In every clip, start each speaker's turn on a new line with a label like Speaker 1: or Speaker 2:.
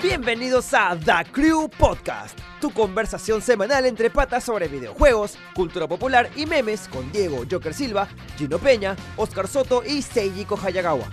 Speaker 1: Bienvenidos a The Crew Podcast, tu conversación semanal entre patas sobre videojuegos, cultura popular y memes con Diego Joker Silva, Gino Peña, Oscar Soto y Seijiko Hayagawa.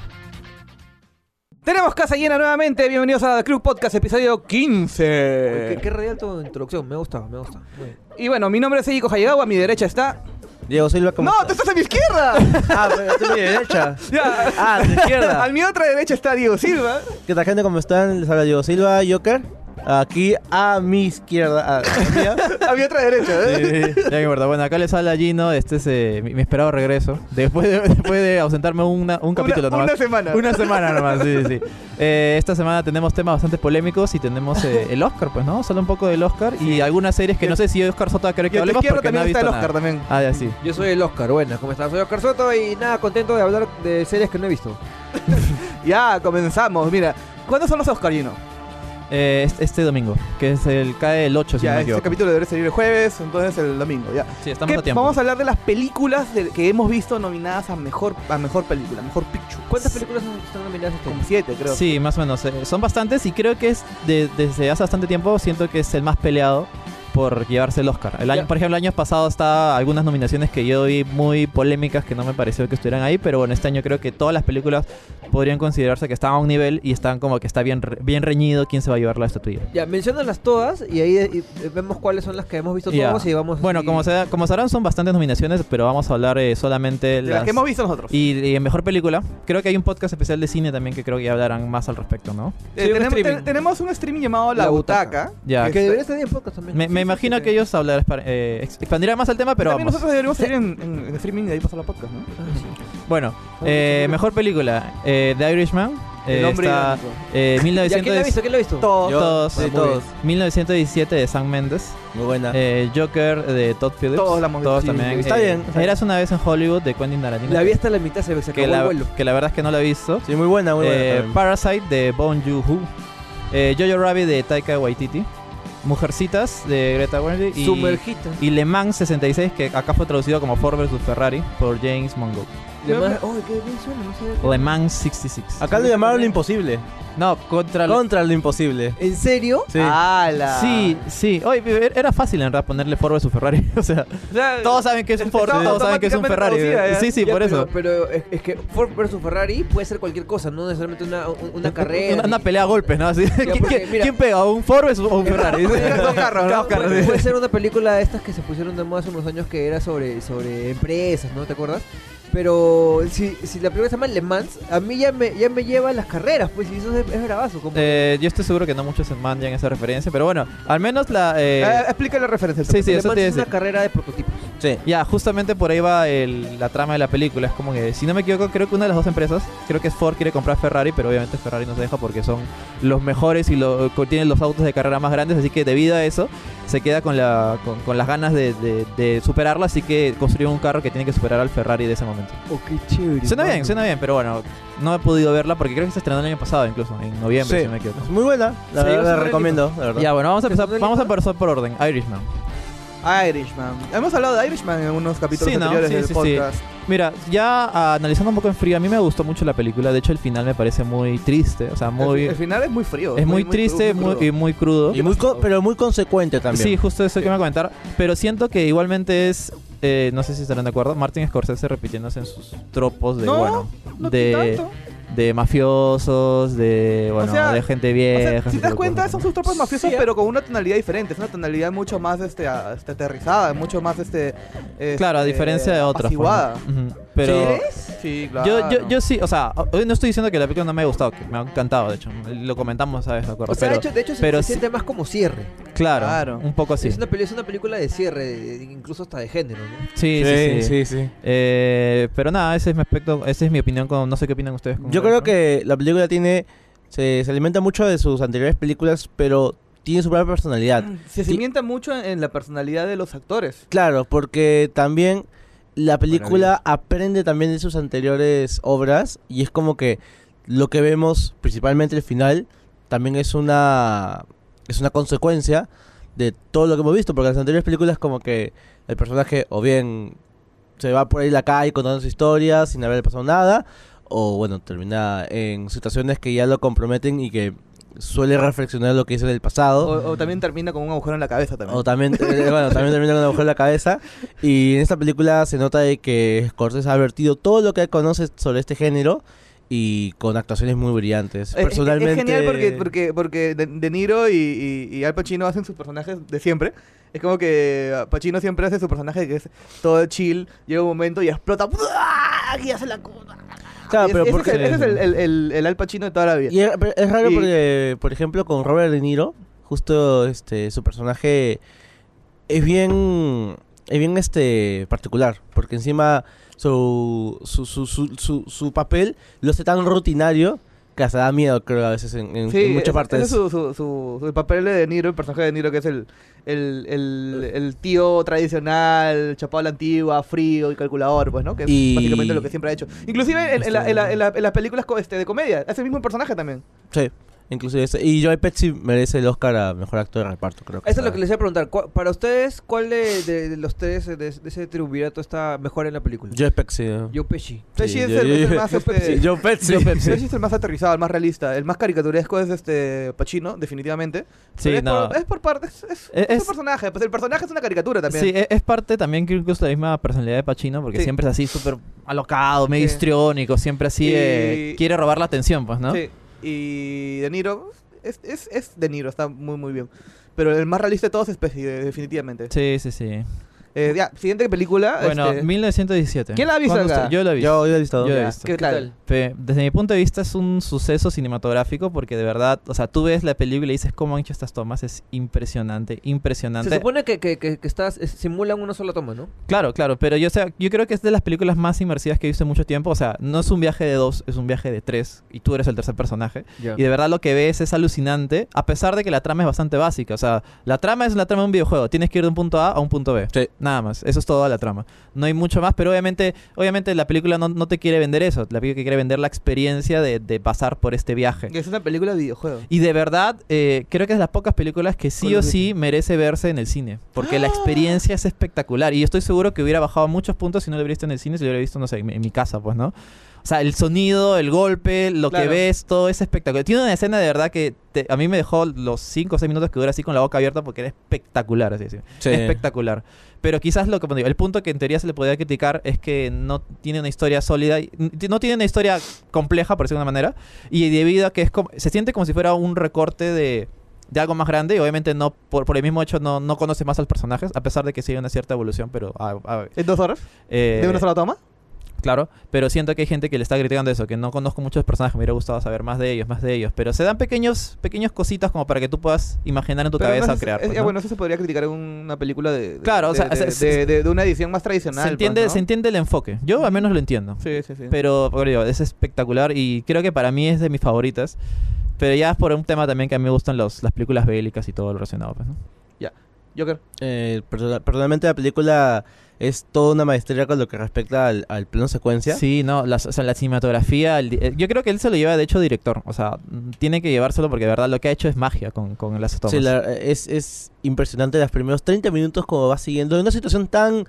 Speaker 2: Tenemos casa llena nuevamente. Bienvenidos a The Club Podcast, episodio 15.
Speaker 3: Qué, qué real tu introducción, me gusta, me gusta. Muy bien.
Speaker 2: Y bueno, mi nombre es Eiko Hayegawa, a mi derecha está.
Speaker 3: Diego Silva, ¿cómo
Speaker 2: ¡No! ¡Tú estás a mi izquierda!
Speaker 3: Ah, pero tú a mi derecha.
Speaker 2: Ya.
Speaker 3: Ah, a tu
Speaker 2: a
Speaker 3: izquierda.
Speaker 2: mi otra derecha está Diego Silva.
Speaker 3: ¿Qué tal, gente? ¿Cómo están? Les habla Diego Silva, Joker. Aquí a mi izquierda. Ah, mía.
Speaker 2: A mi otra derecha, ¿eh?
Speaker 4: Sí, ya que importa. Bueno, acá les habla Gino, este es eh, mi, mi esperado regreso. Después de, después de ausentarme una- un capítulo
Speaker 2: una,
Speaker 4: nomás.
Speaker 2: una semana.
Speaker 4: Una semana nomás, sí, sí, sí. Eh, esta semana tenemos temas bastante polémicos y tenemos eh, el Oscar, pues, ¿no? Solo un poco del Oscar y algunas series que no sé si Oscar Sota cree
Speaker 2: Y
Speaker 4: que
Speaker 2: a tu
Speaker 4: hablemos
Speaker 2: izquierda
Speaker 4: porque no ha
Speaker 2: también está
Speaker 4: visto
Speaker 2: el
Speaker 4: nada.
Speaker 2: Oscar también.
Speaker 4: Ah, ya, sí.
Speaker 3: Yo soy el Oscar, buenas, ¿cómo estás? Soy Oscar Soto y nada, contento de hablar de series que no he visto.
Speaker 2: Ya, comenzamos. Mira, ¿cuándo son los Oscar, Gino?
Speaker 4: Eh, es- este domingo, que es el cae el 8, si
Speaker 2: ya,
Speaker 4: no me
Speaker 2: este
Speaker 4: equivoco.
Speaker 2: capítulo debe salir el jueves, entonces el domingo, ya.
Speaker 4: Sí, estamos
Speaker 2: ¿Qué-
Speaker 4: a tiempo.
Speaker 2: vamos a hablar de las películas de- que hemos visto nominadas a mejor, a mejor película, mejor picture.
Speaker 3: ¿Cuántas películas están nominadas este
Speaker 2: Como
Speaker 3: año?
Speaker 2: siete, creo.
Speaker 4: Sí, más o menos. eh, son bastantes y creo que es de- desde hace bastante tiempo siento que es el más peleado por llevarse el Oscar. El año,
Speaker 3: Ya.
Speaker 4: Por ejemplo, el año pasado estaba algunas nominaciones que yo vi muy polémicas que no me pareció que estuvieran ahí, pero bueno, este año creo que todas las películas podrían considerarse que están a un nivel y están como que está bien, re- bien reñido quién se va a llevar la estatuilla.
Speaker 3: Ya, menciónalas todas y ahí eh, y vemos cuáles son las que hemos visto
Speaker 4: Ya.
Speaker 3: todos y vamos.
Speaker 4: Bueno,
Speaker 3: y-
Speaker 4: como, se, como sabrán, son bastantes nominaciones, pero vamos a hablar eh, solamente
Speaker 2: De las que hemos visto nosotros.
Speaker 4: Y, y en mejor película, creo que hay un podcast especial de cine también que creo que ya hablarán más al respecto, ¿no?
Speaker 2: Eh,
Speaker 3: Sí, un
Speaker 2: tenemos,
Speaker 3: streaming.
Speaker 2: te- tenemos un streaming llamado La,
Speaker 3: La
Speaker 2: Butaca.
Speaker 3: Butaca.
Speaker 4: Ya.
Speaker 2: que
Speaker 3: Que
Speaker 2: está-
Speaker 3: debería estar en podcast también.
Speaker 4: Me, me imagino que ellos hablar, eh, ex- expandirán más el tema, pero
Speaker 2: También
Speaker 4: vamos.
Speaker 2: nosotros deberíamos salir en, en- en streaming y de ahí pasar la podcast, ¿no?
Speaker 3: Ah,
Speaker 4: Bueno, eh, mejor película, eh, The Irishman. eh,
Speaker 2: El hombre
Speaker 4: está,
Speaker 2: irónico.
Speaker 4: eh,
Speaker 3: ¿Ya
Speaker 4: 1900
Speaker 3: quién la ha visto? ¿Quién la ha visto?
Speaker 2: Todos.
Speaker 4: Yo- todos,
Speaker 3: Ah, muy
Speaker 4: todos.
Speaker 3: bien.
Speaker 4: 1917 de Sam Mendes.
Speaker 3: Muy buena.
Speaker 4: eh, Joker de Todd Phillips.
Speaker 2: Todos la hemos visto, sí.
Speaker 4: también.
Speaker 3: Está
Speaker 4: eh,
Speaker 3: bien, está bien.
Speaker 4: Eras una vez en Hollywood de Quentin Tarantino.
Speaker 3: La vi hasta la mitad, se se acabó
Speaker 4: que,
Speaker 3: el
Speaker 4: la,
Speaker 3: vuelo.
Speaker 4: que la verdad es que no la he visto.
Speaker 3: Sí, muy buena,
Speaker 4: Eh, Parasite de Bong Joon-ho. Eh, Jojo Rabbit de Taika Waititi. Mujercitas de Greta Gerwig y
Speaker 3: Sumergita.
Speaker 4: y Le Mans 66, que acá fue traducido como Ford vs Ferrari por James Mongo.
Speaker 3: Le Mans- Oye, qué bien suena, no sé.
Speaker 4: Le Mans 66.
Speaker 5: Acá lo llamaron lo imposible.
Speaker 4: Ah, No, contra. lo-
Speaker 5: Contra lo imposible.
Speaker 3: ¿En serio?
Speaker 5: Sí.
Speaker 2: ¡Hala!
Speaker 4: Sí, sí. Oye, pero era fácil en realidad ponerle Ford vs Ferrari. O sea,
Speaker 2: O sea,
Speaker 4: todos saben que es un Ford,
Speaker 2: Estaba
Speaker 4: todos saben que es un Ferrari.
Speaker 2: automáticamente traducida, ¿eh? ya.
Speaker 4: Sí, sí,
Speaker 3: Ya,
Speaker 4: por
Speaker 3: pero-
Speaker 4: eso.
Speaker 3: Pero es, es que Ford versus Ferrari puede ser cualquier cosa, no necesariamente una, un- una carrera.
Speaker 4: Una, una
Speaker 3: ni-
Speaker 4: pelea a golpes, ¿no? Así, ¿quién,
Speaker 3: porque,
Speaker 4: quién-
Speaker 3: mira-
Speaker 4: quién pega? ¿Un Ford versus- o un Ferrari?
Speaker 2: Dos carros,
Speaker 3: Puede-
Speaker 2: dos carros.
Speaker 3: Puede, ser una película de estas que se pusieron de moda hace unos años que era sobre, sobre empresas, ¿no? ¿Te acuerdas? Pero si, si la película se llama Le Mans, a mí ya me, ya me lleva a las carreras, pues, y eso es, es bravazo. Como...
Speaker 4: Eh, yo estoy seguro que no muchos se mandan esa referencia, pero bueno, al menos la. eh,
Speaker 3: Ah,
Speaker 2: Eh, explica la referencia.
Speaker 4: sí, sí,
Speaker 3: Le
Speaker 4: eso
Speaker 3: Mans
Speaker 4: te iba a
Speaker 3: es una
Speaker 4: decir.
Speaker 3: carrera de prototipos.
Speaker 5: Sí.
Speaker 4: Ya, justamente por ahí va el- la trama de la película. Es como que, si no me equivoco, creo que una de las dos empresas, creo que es Ford, quiere comprar Ferrari, pero obviamente Ferrari no se deja porque son los mejores y lo, co- tienen los autos de carrera más grandes. Así que debido a eso, se queda con, la, con, con las ganas de, de, de superarla. Así que construyó un carro que tiene que superar al Ferrari de ese momento.
Speaker 3: Oh, qué chévere.
Speaker 4: Suena bien,
Speaker 3: mano.
Speaker 4: suena bien, pero bueno, no he podido verla porque creo que se estrenó el año pasado, incluso, en noviembre,
Speaker 5: Sí.
Speaker 4: si no me equivoco.
Speaker 5: Es muy buena. La,
Speaker 3: Sí,
Speaker 5: verdad,
Speaker 3: es
Speaker 5: la
Speaker 3: un
Speaker 5: recomiendo, la verdad.
Speaker 4: Ya, bueno, vamos a empezar,
Speaker 3: ¿Se estrenó el
Speaker 4: vamos a
Speaker 3: año
Speaker 4: empezar por orden. Irishman.
Speaker 2: Irishman. Hemos hablado de Irishman en unos capítulos
Speaker 4: Sí, ¿no?
Speaker 2: anteriores
Speaker 4: Sí,
Speaker 2: del
Speaker 4: sí, sí.
Speaker 2: podcast.
Speaker 4: Mira, ya ah, analizando un poco en frío, a mí me gustó mucho la película. De hecho, el final me parece muy triste. O sea, muy.
Speaker 2: El, el final es muy frío.
Speaker 4: es muy, triste
Speaker 2: crudo,
Speaker 4: muy- y muy crudo.
Speaker 5: Y muy co- pero muy consecuente también.
Speaker 4: Sí, justo eso que me iba a comentar. Pero siento que igualmente es. eh, no sé si estarán de acuerdo. Martin Scorsese repitiéndose en sus tropos de.
Speaker 2: No,
Speaker 4: bueno,
Speaker 2: no
Speaker 4: de,
Speaker 2: tanto.
Speaker 4: de mafiosos, de. Bueno,
Speaker 2: sea,
Speaker 4: de gente
Speaker 2: O
Speaker 4: vieja.
Speaker 2: sea, si
Speaker 4: ese
Speaker 2: te das
Speaker 4: tipo de
Speaker 2: cuenta,
Speaker 4: cosas,
Speaker 2: son
Speaker 4: ¿no?
Speaker 2: sus tropas mafiosos,
Speaker 3: Sí, ah.
Speaker 2: pero con una tonalidad diferente. Es una tonalidad mucho más este, a- este, aterrizada, mucho más este, este,
Speaker 4: Claro, a diferencia de otras. por
Speaker 2: apaciguada.
Speaker 4: ejemplo. Ujú. Pero.
Speaker 2: Sí,
Speaker 4: Yo,
Speaker 2: claro.
Speaker 4: yo, yo sí, o sea, hoy no estoy diciendo que la película no me haya gustado, que me ha encantado, de hecho, lo comentamos, ¿sabes? ¿De acuerdo?
Speaker 3: O sea, de
Speaker 4: pero,
Speaker 3: hecho, de hecho se-
Speaker 4: pero
Speaker 3: se,
Speaker 4: sí-
Speaker 3: siente más como cierre.
Speaker 4: claro,
Speaker 2: Claro.
Speaker 4: un poco así.
Speaker 3: Es, una, peli- es una película de cierre, de- incluso hasta de género, ¿no?
Speaker 4: Sí, sí, sí. Eh, pero nada, ese es mi aspecto, esa es mi opinión, con, no sé qué opinan ustedes. con
Speaker 5: Yo creo
Speaker 4: Irishman.
Speaker 5: que la película tiene. Se, se alimenta mucho de sus anteriores películas, pero tiene su propia personalidad.
Speaker 2: Ah, Se cimienta mucho en, en la personalidad de los actores.
Speaker 5: Claro, porque también la película aprende también de sus anteriores obras y es como que lo que vemos, principalmente el final, también es una es una consecuencia de todo lo que hemos visto, porque en las anteriores películas como que el personaje o bien se va por ahí la calle contando su historia sin haber pasado nada, o bueno, termina en situaciones que ya lo comprometen y que suele reflexionar lo que hizo en el
Speaker 2: O,
Speaker 5: pasado.
Speaker 2: o también termina con un agujero en la cabeza también.
Speaker 5: O también, eh, bueno, también termina con un agujero en la cabeza. Y en esta película se nota de que Scorsese ha advertido todo lo que él conoce sobre este género y con actuaciones muy brillantes.
Speaker 2: Eh, Es- es-
Speaker 5: Personalmente,
Speaker 2: Es, genial porque, porque, porque De, De Niro y, y- y Al Pacino hacen sus personajes de siempre. Es como que ah, Pacino siempre hace su personaje que es todo chill, llega un momento y explota. ¡buah! Y hace la cosa.
Speaker 5: Claro, pero
Speaker 2: ese,
Speaker 5: porque-
Speaker 2: es el, ese es el, el- el- el Al Pacino de toda la vida.
Speaker 5: Y es, pero es raro
Speaker 2: Y-
Speaker 5: porque, por ejemplo, con Robert De Niro, justo este su personaje es bien es bien este particular, porque encima su su, su, su, su- su papel lo hace tan rutinario que hasta da miedo, creo, a veces en, en-
Speaker 2: Sí,
Speaker 5: en muchas
Speaker 2: ese-
Speaker 5: partes.
Speaker 2: ese es su, su, su- su- el papel de De Niro, el personaje de De Niro, que es el, el, el, el tío tradicional, chapado a la antigua, frío y calculador, pues, ¿no? Que es
Speaker 5: Y-
Speaker 2: básicamente lo que siempre ha hecho. Inclusive en, en la- en la- en la- en las películas co- este, de comedia, hace el mismo personaje también.
Speaker 5: Sí, inclusive ese. Y Joey Pesci merece el Oscar a mejor actor de reparto, creo.
Speaker 3: Eso es lo
Speaker 4: Ah.
Speaker 5: está.
Speaker 3: que les iba a preguntar. ¿Cuál- Para ustedes, ¿cuál de, de- de los tres de, de ese triunvirato está mejor en la película?
Speaker 5: Joey Pesci. ¿no?
Speaker 3: Yo Pesci.
Speaker 2: Pesci es
Speaker 5: yo-
Speaker 2: el-
Speaker 5: yo-
Speaker 2: es el
Speaker 5: yo-
Speaker 2: más,
Speaker 5: yo
Speaker 2: este,
Speaker 5: Pesci. Joe
Speaker 2: Joe
Speaker 5: Pesci.
Speaker 2: Pesci es el más aterrizado, el más realista. El más caricaturesco es este Pacino, definitivamente.
Speaker 4: Sí,
Speaker 2: Pero es,
Speaker 4: no.
Speaker 2: por, es por parte, es, es-
Speaker 4: Es-
Speaker 2: es
Speaker 4: es-
Speaker 2: un personaje. Pues el personaje es una caricatura también.
Speaker 4: Sí, e- es parte también que incluso de la misma personalidad de Pacino, porque
Speaker 2: Sí.
Speaker 4: siempre es así, súper alocado, medio
Speaker 2: Sí.
Speaker 4: histriónico, siempre así, eh,
Speaker 2: Y-
Speaker 4: quiere robar la atención, pues, ¿no?
Speaker 2: Sí. Y De Niro, es, es, es De Niro, está muy, muy bien. Pero el más realista de todos es Pesci, de- definitivamente.
Speaker 4: sí, sí. sí.
Speaker 2: Eh, ya, siguiente película.
Speaker 4: Bueno,
Speaker 2: este,
Speaker 4: 1917.
Speaker 2: ¿Quién la ha visto
Speaker 4: ¿Cuándo
Speaker 2: acá?
Speaker 4: está? Yo la he visto.
Speaker 5: Yo, yo he visto.
Speaker 4: Yo la he
Speaker 2: ya,
Speaker 4: visto.
Speaker 2: ¿Qué tal?
Speaker 4: Pe- Desde mi punto de vista es un suceso cinematográfico porque de verdad, o sea, tú ves la película y dices cómo han hecho estas tomas, es impresionante, impresionante.
Speaker 3: Se supone que, que, que, que estás, es- simulan una sola toma, ¿no?
Speaker 4: Claro, claro, pero yo, o sea, yo creo que es de las películas más inmersivas que he visto en mucho tiempo, o sea, no es un viaje de dos, es un viaje de tres y tú eres el tercer personaje. Y de verdad lo que ves es alucinante, a pesar de que la trama es bastante básica. O sea, la trama es la trama de un videojuego. Tienes que ir de un punto A a un punto B.
Speaker 5: Sí.
Speaker 4: Nada más. Eso es toda la trama. No hay mucho más, pero obviamente, obviamente la película no, no te quiere vender eso. La película quiere vender la experiencia de, de pasar por este viaje.
Speaker 2: Es una película de videojuego.
Speaker 4: Y de verdad, eh, creo que es de las pocas películas que sí
Speaker 2: Call
Speaker 4: o
Speaker 2: of Duty.
Speaker 4: sí merece verse en el cine. Porque la experiencia es espectacular. Y yo estoy seguro que hubiera bajado muchos puntos si no lo hubiera visto en el cine, si lo hubiera visto, no sé, en mi, en mi casa, pues, ¿no? O sea, el sonido, el golpe, lo
Speaker 2: Claro.
Speaker 4: que ves, todo es espectacular. Tiene una escena de verdad que te- a mí me dejó los 5 o 6 minutos que dura así con la boca abierta porque era espectacular, así decir.
Speaker 5: Sí.
Speaker 4: Espectacular. Pero quizás lo que como digo, el punto que en teoría se le podría criticar es que no tiene una historia sólida, y- no tiene una historia compleja, por decirlo de una manera, y debido a que es como- se siente como si fuera un recorte de, de algo más grande, y obviamente no por, por el mismo hecho no, no conoce más a los personajes, a pesar de que sí hay una cierta evolución, pero... ah, ah,
Speaker 2: ¿En dos horas?
Speaker 4: eh,
Speaker 2: ¿De una sola toma?
Speaker 4: Claro, pero siento que hay gente que le está criticando eso, que no conozco muchos personajes, me hubiera gustado saber más de ellos, más de ellos, pero se dan pequeños, pequeñas cositas como para que tú puedas imaginar en tu
Speaker 2: Pero
Speaker 4: cabeza
Speaker 2: no
Speaker 4: o
Speaker 2: sé,
Speaker 4: crear.
Speaker 2: es-
Speaker 4: pues,
Speaker 2: ya,
Speaker 4: ¿no?
Speaker 2: Bueno, eso se podría criticar en una película de, de-
Speaker 4: Claro, o
Speaker 2: de-
Speaker 4: sea,
Speaker 2: de,
Speaker 4: se- se-
Speaker 2: de- de- de una edición más tradicional.
Speaker 4: se, entiende,
Speaker 2: pues,
Speaker 4: se
Speaker 2: ¿no?
Speaker 4: entiende el enfoque, yo al menos lo entiendo.
Speaker 2: Sí, sí, sí.
Speaker 4: Pero, como digo, es espectacular y creo que para mí es de mis favoritas. Pero ya es por un tema también que a mí me gustan los, las películas bélicas y todo lo relacionado, pues, ¿no?
Speaker 2: Joker.
Speaker 5: Eh, perso- personalmente la película es toda una maestría con lo que respecta al, al plano secuencia.
Speaker 4: Sí, no, las- o sea, la cinematografía. el di- eh, yo creo que él se lo lleva, de hecho, director. O sea, mm, tiene que llevárselo porque de verdad lo que ha hecho es magia con, con las tomas.
Speaker 5: Sí, la- es, es impresionante los primeros 30 minutos como va siguiendo. En una situación tan,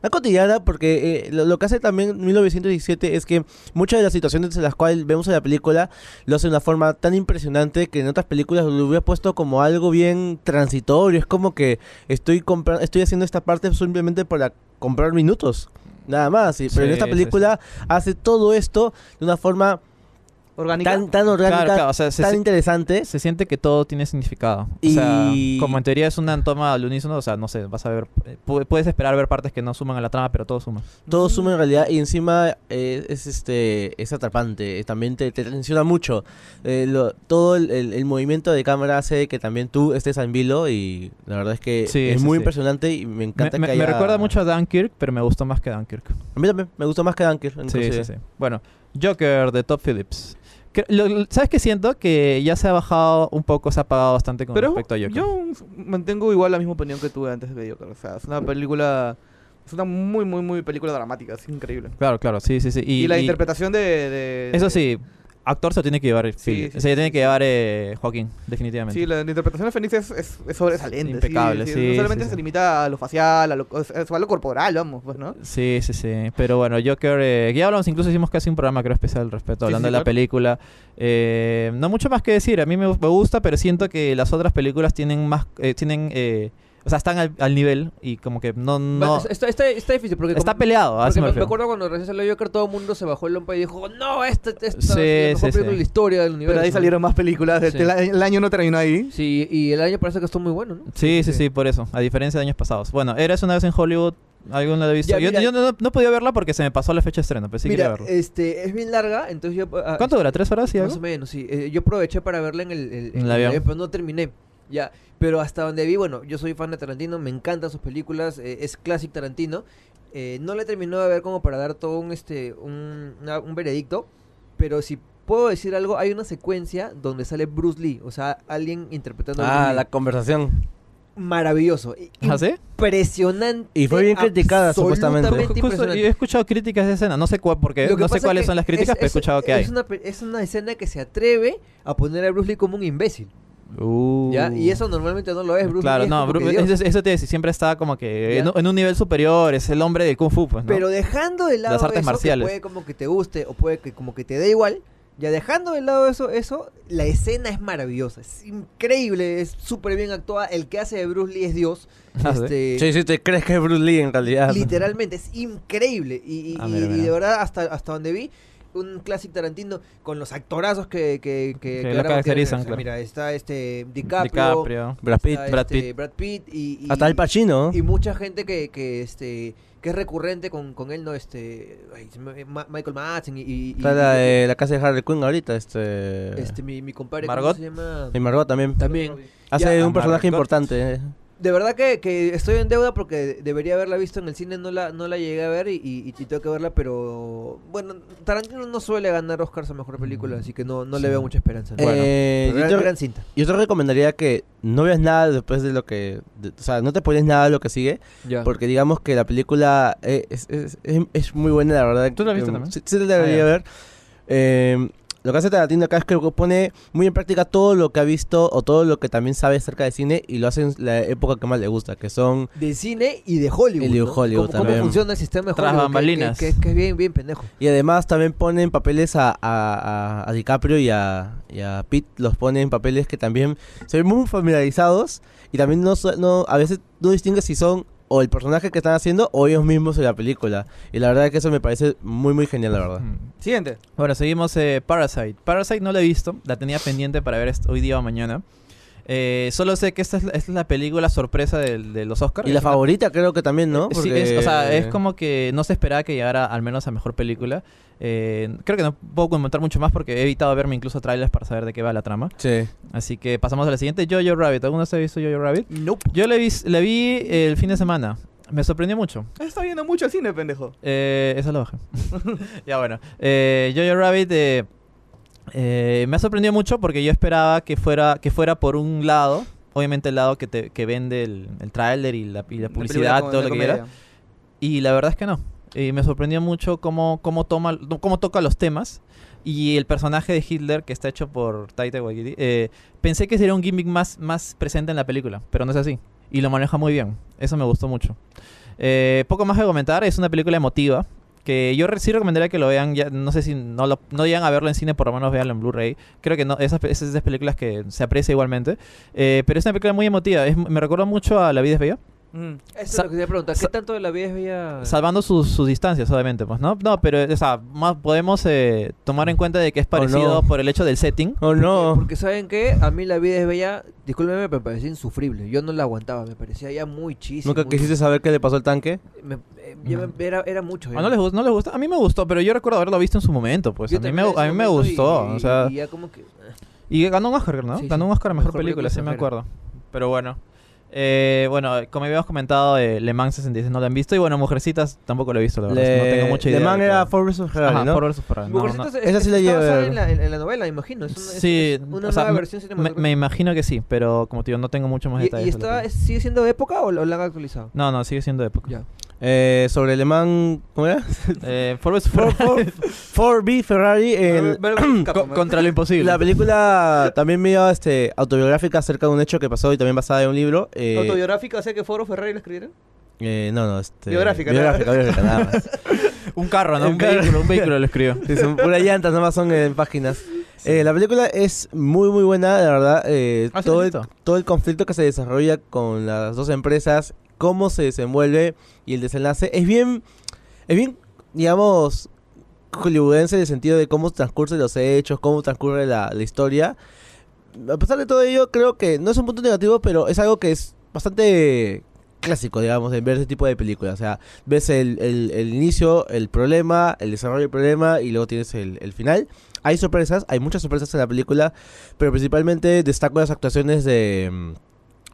Speaker 5: tan cotidiana, porque eh, lo, lo que hace también 1917 es que muchas de las situaciones en las cuales vemos en la película lo hace de una forma tan impresionante que en otras películas lo hubiera puesto como algo bien transitorio. Es como que estoy, compra- estoy haciendo esta parte simplemente para comprar minutos. Nada más, y- pero en
Speaker 4: Sí,
Speaker 5: esta
Speaker 4: sí,
Speaker 5: película hace todo esto de una forma
Speaker 2: Orgánica.
Speaker 5: tan, tan orgánica,
Speaker 4: Claro, claro, o sea, se,
Speaker 5: tan
Speaker 4: se-
Speaker 5: interesante.
Speaker 4: se siente que todo tiene significado. O sea,
Speaker 5: Y-
Speaker 4: como en teoría es una toma al unísono, o sea, no sé, vas a ver. eh, pu- Puedes esperar ver partes que no suman a la trama, pero todo suma.
Speaker 5: Todo suma en realidad y encima eh, es este es atrapante, eh, también te, te tensiona mucho. Eh, lo- todo el, el- el movimiento de cámara hace que también tú estés al vilo y la verdad es que
Speaker 4: Sí,
Speaker 5: es
Speaker 4: sí,
Speaker 5: muy
Speaker 4: sí.
Speaker 5: impresionante y me
Speaker 4: Me,
Speaker 5: encanta
Speaker 4: me-
Speaker 5: que
Speaker 4: me
Speaker 5: haya-
Speaker 4: recuerda mucho a Dunkirk, pero me gustó más que Dunkirk.
Speaker 5: A mí también, me gusta más que eh, Dunker.
Speaker 4: Sí, sí, sí. Bueno, Joker de Top Phillips. Que- lo- lo- ¿Sabes qué siento? Que ya se ha bajado un poco, se ha apagado bastante con
Speaker 2: Pero
Speaker 4: respecto a Joker.
Speaker 2: yo mantengo igual la misma opinión que tuve antes de Joker. O sea, es una película. Es una muy, muy, muy película dramática. Es increíble.
Speaker 4: Claro, claro, sí, sí, sí. Y,
Speaker 2: Y, la
Speaker 4: y-
Speaker 2: interpretación de, de-
Speaker 4: Eso
Speaker 2: de-
Speaker 4: sí, actor se lo tiene que llevar Phil.
Speaker 2: sí,
Speaker 4: se lo tiene
Speaker 2: sí,
Speaker 4: que llevar eh, Joaquín, definitivamente.
Speaker 2: Sí, la, la interpretación de Fénix es, es- es sobresaliente. sí,
Speaker 4: Impecable, sí,
Speaker 2: No solamente se
Speaker 4: sí, sí.
Speaker 2: limita a lo facial, a lo, o sea, a lo corporal, vamos, pues, ¿no?
Speaker 4: Sí, sí, sí. Pero bueno, Joker, eh, que ya hablamos, incluso hicimos casi un programa, creo, especial al
Speaker 2: Sí,
Speaker 4: respecto, hablando
Speaker 2: sí,
Speaker 4: de la
Speaker 2: claro.
Speaker 4: película. Eh, no mucho más que decir, a mí me, me gusta, pero siento que las otras películas tienen más, eh, tienen, eh, o sea, están al, al nivel y como que no, no,
Speaker 3: Bueno, está, está- está difícil porque
Speaker 4: está
Speaker 3: como-
Speaker 4: peleado. a
Speaker 3: porque
Speaker 4: eso me
Speaker 3: me, me
Speaker 4: refiero.
Speaker 3: acuerdo cuando recién salió Joker, todo el mundo se bajó el lompa y dijo, no, este, esta, esta
Speaker 4: Sí,
Speaker 3: es la mejor
Speaker 4: sí, sí.
Speaker 3: película de la historia del universo.
Speaker 2: Pero ahí salieron más películas. el-
Speaker 3: Sí.
Speaker 2: El, el año no terminó ahí.
Speaker 3: Sí, y el año parece que estuvo muy bueno, ¿no?
Speaker 4: Sí, sí, sí, por eso. A diferencia de años pasados. Bueno, Eras una vez en Hollywood. ¿Alguien la ha visto?
Speaker 3: Ya,
Speaker 4: yo
Speaker 3: mira.
Speaker 4: yo no, no podía verla porque se me pasó la fecha de estreno, pero sí quería
Speaker 3: Mira,
Speaker 4: verla.
Speaker 3: este, es bien larga, entonces yo... ah,
Speaker 4: ¿Cuánto dura? ¿Tres horas y
Speaker 3: Más o
Speaker 4: algo?
Speaker 3: menos, sí. Eh, yo aproveché para verla en el, el-
Speaker 4: En el avión.
Speaker 3: pero no terminé. Ya, pero hasta donde vi, bueno, yo soy fan de Tarantino, me encantan sus películas, eh, es clásico Tarantino. Eh, no le terminó de ver como para dar todo un este un, una- un veredicto, pero si puedo decir algo, hay una secuencia donde sale Bruce Lee, o sea, alguien interpretando a
Speaker 5: Ah,
Speaker 3: Bruce
Speaker 5: la
Speaker 3: Lee.
Speaker 5: conversación.
Speaker 3: maravilloso, i-
Speaker 4: ¿Ah, sí?
Speaker 3: impresionante.
Speaker 5: Y fue bien criticada, supuestamente.
Speaker 3: absolutamente
Speaker 4: Ju- justo,
Speaker 3: impresionante.
Speaker 4: y he escuchado críticas de escena. No sé cuál, porque
Speaker 3: Lo que
Speaker 4: no
Speaker 3: pasa
Speaker 4: sé
Speaker 3: es
Speaker 4: cuáles
Speaker 3: que
Speaker 4: son las críticas,
Speaker 3: es-
Speaker 4: pero he
Speaker 3: es-
Speaker 4: escuchado que hay.
Speaker 3: Es una, pe- es una escena que se atreve a poner a Bruce Lee como un imbécil. ¿ya? Y eso normalmente no lo es, Bruce
Speaker 4: Uh. Claro,
Speaker 3: Lee. es
Speaker 4: no,
Speaker 3: como
Speaker 4: Bruce,
Speaker 3: que Dios.
Speaker 4: eso, eso te decía, siempre estaba como que en,
Speaker 3: Ya.
Speaker 4: en un nivel superior, es el hombre del Kung Fu, pues, ¿no?
Speaker 3: Pero dejando de lado
Speaker 4: Las artes
Speaker 3: eso,
Speaker 4: marciales.
Speaker 3: que puede como que te guste o puede que como que te dé igual. Ya dejando de lado eso, eso, la escena es maravillosa, es increíble, es súper bien actuada. El que hace de Bruce Lee es Dios.
Speaker 4: Ah, ¿sí?
Speaker 3: este,
Speaker 5: Sí, sí, te crees que es Bruce Lee en realidad.
Speaker 3: Literalmente, es increíble. Y, y-
Speaker 4: Ah,
Speaker 3: y-
Speaker 4: mira,
Speaker 3: y
Speaker 4: mira.
Speaker 3: de verdad, hasta, hasta donde vi, un clásico Tarantino con los actorazos que, que, que,
Speaker 4: Que
Speaker 3: que
Speaker 4: lo
Speaker 3: ahora-
Speaker 4: caracterizan,
Speaker 3: o sea,
Speaker 4: claro.
Speaker 3: Mira, está este DiCaprio,
Speaker 4: DiCaprio.
Speaker 5: Brad Pitt.
Speaker 3: está
Speaker 4: Brad
Speaker 3: este
Speaker 4: Pitt.
Speaker 3: Brad Pitt y, y-
Speaker 5: Hasta el Pacino.
Speaker 3: y mucha gente que, que este que es recurrente con, con él, ¿no? Este, ay, se me- Ma- Michael Madsen y... y- y-
Speaker 5: Está la
Speaker 3: y-
Speaker 5: de la casa de Harley Quinn ahorita, este...
Speaker 3: este, mi, mi compadre,
Speaker 4: Margot.
Speaker 3: ¿cómo se llama?
Speaker 5: Y Margot también.
Speaker 3: También.
Speaker 5: Hace
Speaker 4: Ya,
Speaker 5: un personaje
Speaker 4: Margot.
Speaker 5: importante. eh.
Speaker 3: De verdad que, que estoy en deuda porque debería haberla visto en el cine, no la, no la llegué a ver y, y, y tengo que verla, pero... Bueno, Tarantino no suele ganar Oscars a Mejor Película, así que no, no le
Speaker 4: Sí.
Speaker 3: veo mucha esperanza.
Speaker 4: Bueno,
Speaker 5: Eh,
Speaker 3: Pero
Speaker 5: yo,
Speaker 3: gran,
Speaker 5: te,
Speaker 3: gran cinta.
Speaker 5: yo te recomendaría que no veas nada después de lo que... de- o sea, no te pones nada de lo que sigue. Porque digamos que la película eh, es, es- es- es muy buena, la verdad.
Speaker 4: ¿Tú la viste
Speaker 5: Eh,
Speaker 4: también? Ah,
Speaker 5: Sí, sí la debería
Speaker 4: ya.
Speaker 5: ver. Eh, lo que hace Tarantino acá es que pone muy en práctica todo lo que ha visto o todo lo que también sabe acerca de cine y lo hace en la época que más le gusta, que son...
Speaker 3: De cine y de Hollywood.
Speaker 5: Y de
Speaker 3: ¿no?
Speaker 5: Hollywood
Speaker 3: ¿Cómo,
Speaker 5: también.
Speaker 3: ¿Cómo funciona el sistema de
Speaker 4: Tras
Speaker 3: Hollywood? Que-
Speaker 4: bambalinas.
Speaker 3: Que, que- que es bien, bien pendejo.
Speaker 5: Y además también pone en papeles a, a- a- a DiCaprio y a, y a Pitt, los pone en papeles que también se ven muy familiarizados y también no, so- no a veces no distingue si son o el personaje que están haciendo o ellos mismos en la película. Y la verdad que eso me parece muy, muy genial, la verdad.
Speaker 4: Mm.
Speaker 2: Siguiente.
Speaker 4: Bueno, seguimos eh, Parasite. Parasite no la he visto, la tenía pendiente para ver est- hoy día o mañana. Eh, solo sé que esta es la, esta es la película sorpresa del- de, los Oscars.
Speaker 5: Y la
Speaker 4: Es una-
Speaker 5: favorita creo que también, ¿no?
Speaker 4: Sí,
Speaker 5: Porque-
Speaker 4: es- o sea, es como que no se esperaba que llegara al menos a mejor película. Eh, creo que no puedo comentar mucho más porque he evitado verme incluso trailers para saber de qué va la trama.
Speaker 5: Sí.
Speaker 4: Así que pasamos a la siguiente, Jojo Rabbit. ¿Alguno se ha visto Jojo Rabbit?
Speaker 2: Nope.
Speaker 4: Yo la vi, la vi el fin de semana. Me sorprendió mucho.
Speaker 2: Ah, Está viendo mucho el cine, pendejo.
Speaker 4: Eh, esa la bajé. ya bueno. Eh, Jojo Rabbit eh, eh, me ha sorprendido mucho porque yo esperaba que fuera, que fuera por un lado. Obviamente el lado que, te, que vende el, el tráiler y la, y la publicidad, todo lo que quiera. Y la verdad es que no. Eh, me sorprendió mucho cómo, cómo, toma, cómo toca los temas. Y el personaje de Hitler, que está hecho por Taika Waititi, eh, pensé que sería un gimmick más, más presente en la película, pero no es así. Y lo maneja muy bien. Eso me gustó mucho. Eh, poco más que comentar. Es una película emotiva. Que yo re- sí recomendaría que lo vean. Ya, no sé si no, lo- no llegan a verlo en cine, por lo menos veanlo en Blu-ray. Creo que no, esas, pe- esas películas que se aprecia igualmente. Eh, pero es una película muy emotiva. Es- me recuerda mucho a La vida es bella.
Speaker 2: Mm.
Speaker 3: Eso es
Speaker 4: Sa-
Speaker 3: lo que te pregunta. ¿Qué
Speaker 4: sa-
Speaker 3: tanto de la vida es bella?
Speaker 4: Salvando sus, sus distancias, obviamente, pues, ¿no? No, pero, o sea, más podemos eh, tomar en cuenta de que es parecido
Speaker 5: no.
Speaker 4: por el hecho del setting.
Speaker 5: Oh,
Speaker 3: Eh,
Speaker 5: no.
Speaker 3: Porque saben que a mí la vida es bella, discúlpeme, pero me parecía insufrible. Yo no la aguantaba, me parecía ya muy chis.
Speaker 5: ¿Nunca
Speaker 3: muy-
Speaker 5: quisiste saber qué le pasó al tanque?
Speaker 3: me- eh, ya me- era, era mucho. ya.
Speaker 5: Ah,
Speaker 4: ¿A no les, gusta? ¿No les gusta? A mí me gustó, pero yo recuerdo haberlo visto en su momento, pues.
Speaker 3: Yo
Speaker 4: a mí me,
Speaker 3: también en
Speaker 4: a
Speaker 3: ese
Speaker 4: mí me
Speaker 3: momento y-
Speaker 4: gustó,
Speaker 3: y-
Speaker 4: o sea...
Speaker 3: y ya como que, eh,
Speaker 4: Y ganó un Oscar, ¿no?
Speaker 3: Sí, sí.
Speaker 4: ganó un Oscar a mejor,
Speaker 3: Mejor
Speaker 4: película,
Speaker 3: película
Speaker 4: sí me
Speaker 3: extranjera.
Speaker 4: acuerdo. Pero bueno. Eh, bueno, como habíamos comentado, eh, Le Mans 66 no lo han visto. Y bueno, Mujercitas tampoco lo he visto, la verdad.
Speaker 5: Le-
Speaker 4: no tengo mucha idea.
Speaker 5: Le Man
Speaker 4: de
Speaker 5: era
Speaker 4: todo.
Speaker 5: Ford vs. Ferrari,
Speaker 4: Ajá,
Speaker 5: ¿no?
Speaker 4: Ford versus Ferrari, no,
Speaker 3: Mujercitas
Speaker 4: no.
Speaker 3: es-
Speaker 5: Esa sí la
Speaker 3: está
Speaker 5: llevo a
Speaker 3: basada
Speaker 5: ver.
Speaker 3: en la, en- en la novela, imagino. Es una, es-
Speaker 4: Sí,
Speaker 3: es una
Speaker 4: o sea,
Speaker 3: nueva
Speaker 4: me-
Speaker 3: versión
Speaker 4: me, me
Speaker 3: cinematográfica.
Speaker 4: imagino que sí, pero como te digo, no tengo mucho más
Speaker 3: ¿Y-
Speaker 4: detalles.
Speaker 3: ¿Y,
Speaker 4: de la
Speaker 3: está,
Speaker 4: película.
Speaker 3: sigue siendo de época o, lo- o la han actualizado?
Speaker 4: No, no, sigue siendo de época.
Speaker 3: Ya.
Speaker 5: Eh, sobre Alemán, ¿cómo era?
Speaker 4: Eh, Ford vs.
Speaker 5: Ford,
Speaker 4: Ferrari.
Speaker 5: Ford- Ford v Ferrari, el-
Speaker 4: Co- contra lo imposible.
Speaker 5: la película también medio este, autobiográfica acerca de un hecho que pasó y también basada en un libro. eh,
Speaker 2: Autobiográfica, o sea que Foro Ferrari lo escribieron.
Speaker 5: eh, no, no, este,
Speaker 2: Biográfica, nada
Speaker 5: biográfica, biográfica, nada más.
Speaker 4: un carro, ¿no?
Speaker 5: Un
Speaker 4: Un,
Speaker 5: carro.
Speaker 4: vehículo, un vehículo lo escribió.
Speaker 5: Sí, son puras llantas, nomás son en páginas. Eh, la película es muy, muy buena, la verdad. eh,
Speaker 4: Ah, sí,
Speaker 5: todo,
Speaker 4: la he
Speaker 5: el,
Speaker 4: visto.
Speaker 5: todo el conflicto que se desarrolla con las dos empresas, cómo se desenvuelve y el desenlace. Es bien, es bien, digamos, hollywoodense en el sentido de cómo transcurren los hechos, cómo transcurre la, la historia. A pesar de todo ello, creo que no es un punto negativo, pero es algo que es bastante clásico, digamos, de ver ese tipo de películas. O sea, ves el, el- el inicio, el problema, el desarrollo del problema y luego tienes el, el final. Hay sorpresas, hay muchas sorpresas en la película, pero principalmente destaco las actuaciones de mm,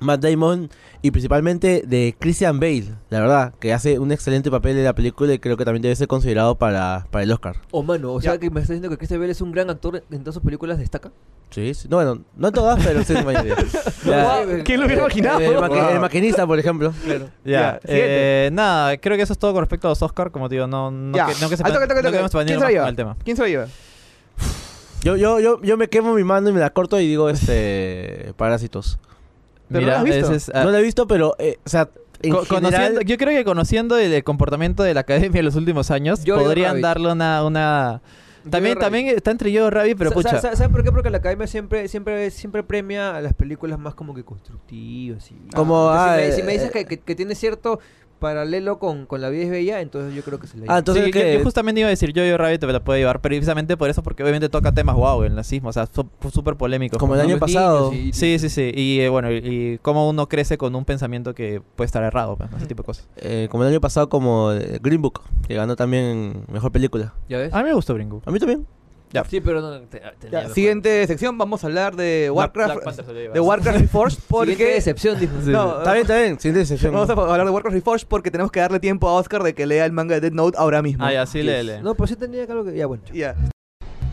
Speaker 5: Matt Damon y principalmente de Christian Bale, la verdad, que hace un excelente papel en la película y creo que también debe ser considerado para, para el Oscar.
Speaker 3: O mano, o
Speaker 2: Ya.
Speaker 3: sea que me está diciendo que Christian Bale es un gran actor en todas sus películas destaca.
Speaker 5: Sí, sí. No, bueno, no en todas, pero sí en su mayoría. Ya.
Speaker 3: Wow,
Speaker 2: ¿Quién lo hubiera imaginado?
Speaker 5: Eh, el, maqui- el maquinista, por ejemplo.
Speaker 4: Ya,
Speaker 2: Ya, siguiente.
Speaker 4: eh, nada, creo que eso es todo con respecto a los Oscar, como te digo, no, no,
Speaker 2: Ya. Ah,
Speaker 4: que, no que se
Speaker 2: Al toque,
Speaker 4: no
Speaker 2: toque, toque.
Speaker 4: queremos
Speaker 2: ¿Quién
Speaker 4: venir
Speaker 2: se la
Speaker 4: más
Speaker 2: lleva?
Speaker 4: al tema.
Speaker 2: ¿Quién se lo lleva?
Speaker 5: Yo, yo, yo, yo me quemo mi mano y me la corto y digo, este, parásitos.
Speaker 2: Pero no lo
Speaker 4: Mira,
Speaker 2: has visto.
Speaker 4: ese es, ah,
Speaker 5: no la he visto, pero, eh, o sea, en
Speaker 4: co-
Speaker 5: general,
Speaker 4: conociendo- yo creo que conociendo el, el comportamiento de la academia en los últimos años,
Speaker 3: Yo veo
Speaker 4: podrían
Speaker 3: Rabbit.
Speaker 4: darle una... una... También,
Speaker 3: Rabbit.
Speaker 4: también está entre yo Rabbit, pero
Speaker 3: Sa-
Speaker 4: pucha.
Speaker 3: sa- sa- ¿Sabes por qué? Porque la academia siempre, siempre, siempre premia a las películas más como que constructivas. Y...
Speaker 5: Como,
Speaker 3: Entonces, si, me,
Speaker 5: ah,
Speaker 3: si
Speaker 5: eh,
Speaker 3: me dices
Speaker 5: eh,
Speaker 3: que, que- que tiene cierto paralelo con, con La vida es bella, entonces yo creo que se le
Speaker 5: Ah, entonces
Speaker 4: Sí, yo-
Speaker 5: que-
Speaker 4: yo, justamente iba a decir yo, yo Rabbit te la puedo llevar, precisamente por eso, porque obviamente toca temas wow, el nazismo, o sea, so- súper polémico.
Speaker 5: Como el año pasado.
Speaker 4: Sí, sí, sí. Y eh, bueno, y, y cómo uno crece con un pensamiento que puede estar errado, pues, ¿no? ese tipo de cosas.
Speaker 5: eh, como el año pasado, como eh, Green Book, que ganó también mejor película.
Speaker 3: ¿Ya ves?
Speaker 4: A mí me gustó Gringo.
Speaker 5: A mí también.
Speaker 4: Ah. ya.
Speaker 3: Sí, pero no, te- tenía
Speaker 2: Ya,
Speaker 3: mejor.
Speaker 2: siguiente sección, vamos a hablar de Warcraft. de Warcraft Reforged
Speaker 3: Siguiente
Speaker 2: porque.
Speaker 3: decepción, dijo.
Speaker 2: No,
Speaker 5: Está bien, está bien, sin decepción.
Speaker 2: Vamos a hablar de Warcraft Reforged porque tenemos que darle tiempo a Oscar de que lea el manga de Dead Note ahora mismo.
Speaker 4: Ah, ya, sí, léele.
Speaker 3: No, pero sí tenía que algo que... Ya, bueno.
Speaker 2: Ya.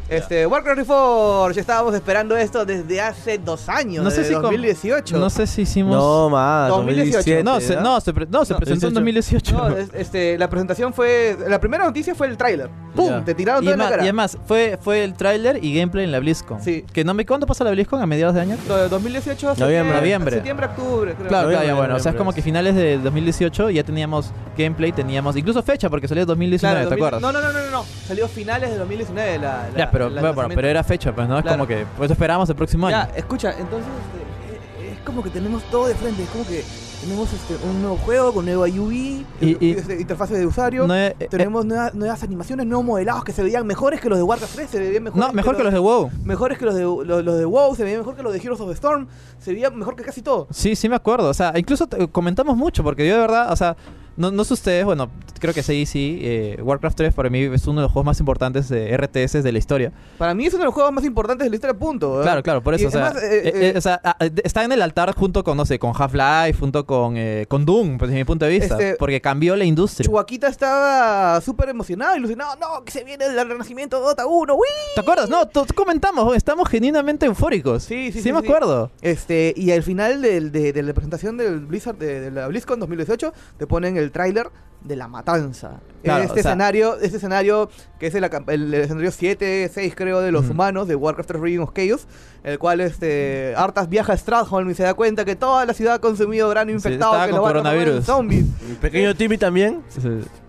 Speaker 2: Este, Warcraft Reforged, estábamos esperando esto desde hace dos años,
Speaker 4: No sé
Speaker 2: desde
Speaker 4: si con-
Speaker 2: 2018.
Speaker 4: No sé si hicimos...
Speaker 5: No, más,
Speaker 2: 2018.
Speaker 5: 2017.
Speaker 4: No, se, no, se, pre- no, se
Speaker 5: No,
Speaker 4: presentó en 2018.
Speaker 2: No, es- este, la presentación fue. La primera noticia fue el tráiler. ¡Pum!
Speaker 5: Ya.
Speaker 2: Te tiraron
Speaker 4: Y
Speaker 2: todo en la
Speaker 4: además, y em-
Speaker 2: cara.
Speaker 4: además, fue, fue el tráiler y gameplay en la BlizzCon.
Speaker 2: Sí.
Speaker 4: Que no me... ¿Cuándo pasa la BlizzCon? ¿A mediados de año?
Speaker 2: Do- 2018
Speaker 5: Noviembre.
Speaker 2: septiembre,
Speaker 4: Noviembre.
Speaker 2: septiembre, octubre. creo.
Speaker 4: Claro, claro, ya, bueno, o sea, es
Speaker 5: noviembre,
Speaker 4: como que finales del 2018 ya teníamos gameplay, teníamos incluso fecha porque salió 2019,
Speaker 2: Claro,
Speaker 4: ¿te
Speaker 2: 2000
Speaker 4: acuerdas?
Speaker 2: No, no, no, no, no, no. Salió finales de 2019 la. la-
Speaker 4: ya, pero,
Speaker 2: la-
Speaker 4: bueno,
Speaker 2: lanzamiento.
Speaker 4: pero era fecha, pues, ¿no? Es
Speaker 2: Claro.
Speaker 4: como que pues esperábamos el próximo
Speaker 2: Ya,
Speaker 4: año.
Speaker 2: escucha, entonces este, eh, es como que tenemos todo de frente, es como que tenemos este, un nuevo juego con nueva UI,
Speaker 4: Y- y-
Speaker 2: este, interfaces de usuario,
Speaker 4: No, eh, eh,
Speaker 2: tenemos nuevas, nuevas animaciones, nuevos modelados que se veían mejores que los de Warcraft 3, se veían mejores
Speaker 4: eh, no, mejor que los de WoW.
Speaker 2: mejores que los de los, los de WoW, se veían mejor que los de Heroes of the Storm, se veían mejor que casi todo.
Speaker 4: Sí, sí me acuerdo. O sea, incluso te- comentamos mucho porque yo de verdad, o sea, no, no sé ustedes, bueno, creo que sí, sí. eh, Warcraft 3 para mí es uno de los juegos más importantes de RTS de la historia.
Speaker 2: Para mí es uno de los juegos más importantes de la historia, punto. ¿eh?
Speaker 4: Claro, claro, por
Speaker 2: Y
Speaker 4: eso. o, sea,
Speaker 2: además, eh,
Speaker 4: eh, eh,
Speaker 2: eh,
Speaker 4: o sea, ah, eh, está en el altar junto con, no sé, con Half-Life, junto con, eh, con Doom, pues, desde mi punto de vista.
Speaker 2: Este-
Speaker 4: porque cambió la industria.
Speaker 2: Chubaquita estaba súper emocionado, ilusionado, no, que se viene el renacimiento de Dota 1, ¡uy!
Speaker 4: ¿Te acuerdas? No, to- comentamos, estamos genuinamente eufóricos.
Speaker 2: Sí, sí, sí,
Speaker 4: Sí, me
Speaker 2: sí.
Speaker 4: acuerdo.
Speaker 2: Este, y al final del- de, de la presentación del Blizzard, de, de la BlizzCon 2018, te ponen el tráiler de la matanza.
Speaker 4: Claro,
Speaker 2: este
Speaker 4: o sea-
Speaker 2: escenario, este escenario que es el, acamp- el- el escenario 7, 6 creo, de los
Speaker 4: Ujú.
Speaker 2: humanos de Warcraft 3 Region of Chaos, el cual este Artas viaja a Stratholm y se da cuenta que toda la ciudad ha consumido grano
Speaker 4: Sí,
Speaker 2: infectado
Speaker 4: estaba
Speaker 2: que
Speaker 4: con
Speaker 2: lo va a transformar en
Speaker 4: coronavirus.
Speaker 2: zombies. Eh,
Speaker 5: Mi pequeño Timmy también.